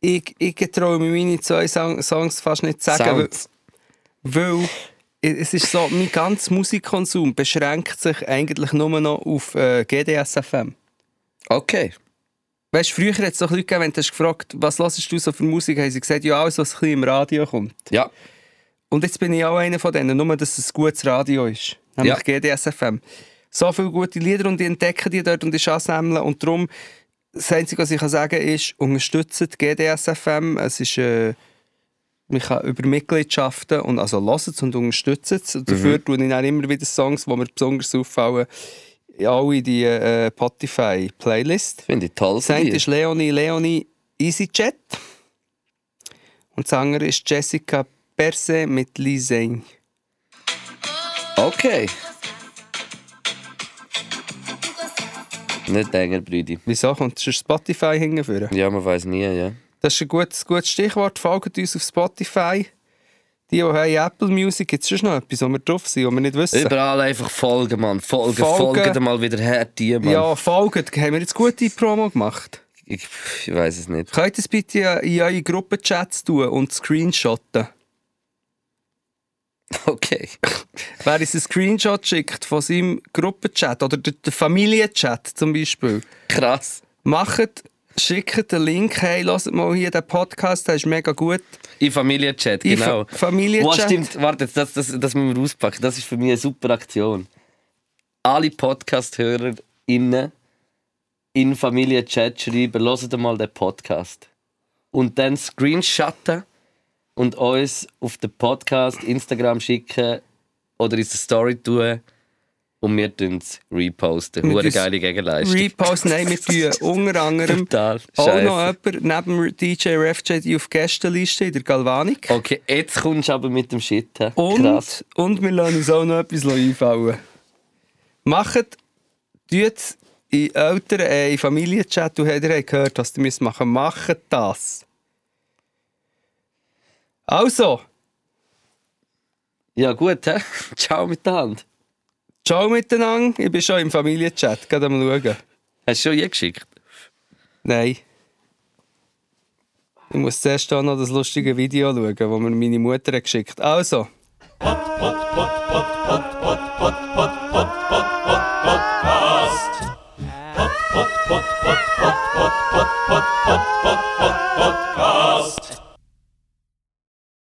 [SPEAKER 4] ich, ich traue mir meine zwei Song, Songs fast nicht zu sagen, weil-
[SPEAKER 3] Sounds.
[SPEAKER 4] weil es ist so, mein ganzer Musikkonsum beschränkt sich eigentlich nur noch auf äh, GDSFM.
[SPEAKER 3] Okay.
[SPEAKER 4] Weißt du, früher hat es doch Leute gegeben, wenn du hast gefragt was hörst du so für Musik, haben sie gesagt, ja, alles, was ein bisschen im Radio kommt.
[SPEAKER 3] Ja.
[SPEAKER 4] Und jetzt bin ich auch einer von denen, nur dass es ein gutes Radio ist. Nämlich GDSFM. So viele gute Lieder und ich entdecke die dort und ich ansammle. Und darum, das Einzige, was ich kann sagen kann, ist, unterstützt GDSFM. Es ist, äh, man kann über Mitgliedschaften, und, also hört es und unterstützt es. Und Dafür tue ich dann immer wieder Songs, die mir besonders auffallen, auch in die äh, Spotify-Playlist.
[SPEAKER 3] Finde ich toll.
[SPEAKER 4] Das eine
[SPEAKER 3] von dir.
[SPEAKER 4] ist Leonie Leonie EasyChat. Und das andere ist Jessica Perse mit Lisein.
[SPEAKER 3] Okay. Nicht länger, Brüdi.
[SPEAKER 4] Wieso kommt schon Spotify hingeführen?
[SPEAKER 3] Ja, man weiß nie, ja.
[SPEAKER 4] Das ist ein gutes, gutes Stichwort. Folgt uns auf Spotify. Die, die haben Apple Music, gibt es schon noch etwas, wo wir drauf sind, wo wir nicht wissen.
[SPEAKER 3] Überall einfach folgen, Mann. Folgen,
[SPEAKER 4] Folgen.
[SPEAKER 3] folgen, mal wieder her, die, Mann.
[SPEAKER 4] ja, folgt. Haben wir jetzt gute Promo gemacht?
[SPEAKER 3] Ich, ich weiß es nicht. *laughs*
[SPEAKER 4] Könnt ihr es bitte in eure Gruppenchats tun und screenshotten?
[SPEAKER 3] Okay.
[SPEAKER 4] Wer uns einen Screenshot schickt von seinem Gruppenchat oder der der Familienchat zum Beispiel,
[SPEAKER 3] Krass.
[SPEAKER 4] Macht, schickt den Link, hey, lasst mal hier den Podcast, der ist mega gut.
[SPEAKER 3] In Familienchat,
[SPEAKER 4] In
[SPEAKER 3] genau.
[SPEAKER 4] Fa- Familienchat.
[SPEAKER 3] Oh, stimmt. Warte, das, das, das müssen wir auspacken. Das ist für mich eine super Aktion. Alle Podcast-HörerInnen in Familienchat schreiben, hört mal den Podcast. Und dann screenshotten und uns auf den Podcast Instagram schicken oder in der Story tun. Und wir tun es reposten.
[SPEAKER 4] Wir
[SPEAKER 3] Hure
[SPEAKER 4] tun's
[SPEAKER 3] geile Gegenleistung.
[SPEAKER 4] Repost, nein, wir
[SPEAKER 3] *laughs*
[SPEAKER 4] tun unter anderem
[SPEAKER 3] Total.
[SPEAKER 4] auch noch
[SPEAKER 3] Scheiße.
[SPEAKER 4] jemand neben DJ RefJD auf Gästenliste in der Galvanik.
[SPEAKER 3] Okay, jetzt kommst du aber mit dem Shit. hä? Oh, Krass.
[SPEAKER 4] Und, und wir lassen uns auch noch etwas einfallen. Macht, tut in Eltern, äh, in Familienchat, du habt ihr habt gehört, was ihr müsst machen müsst. Macht das. Also,
[SPEAKER 3] Ja, gut, hä? *laughs* Ciao mit der Hand.
[SPEAKER 4] ciao miteinander. Ich bin schon im Familienchat. Geht mal schauen.
[SPEAKER 3] Hast du schon je geschickt?
[SPEAKER 4] Nein. Ich muss zuerst auch noch das lustige Video schauen, das mir meine Mutter hat geschickt hat. Also.
[SPEAKER 1] Podcast.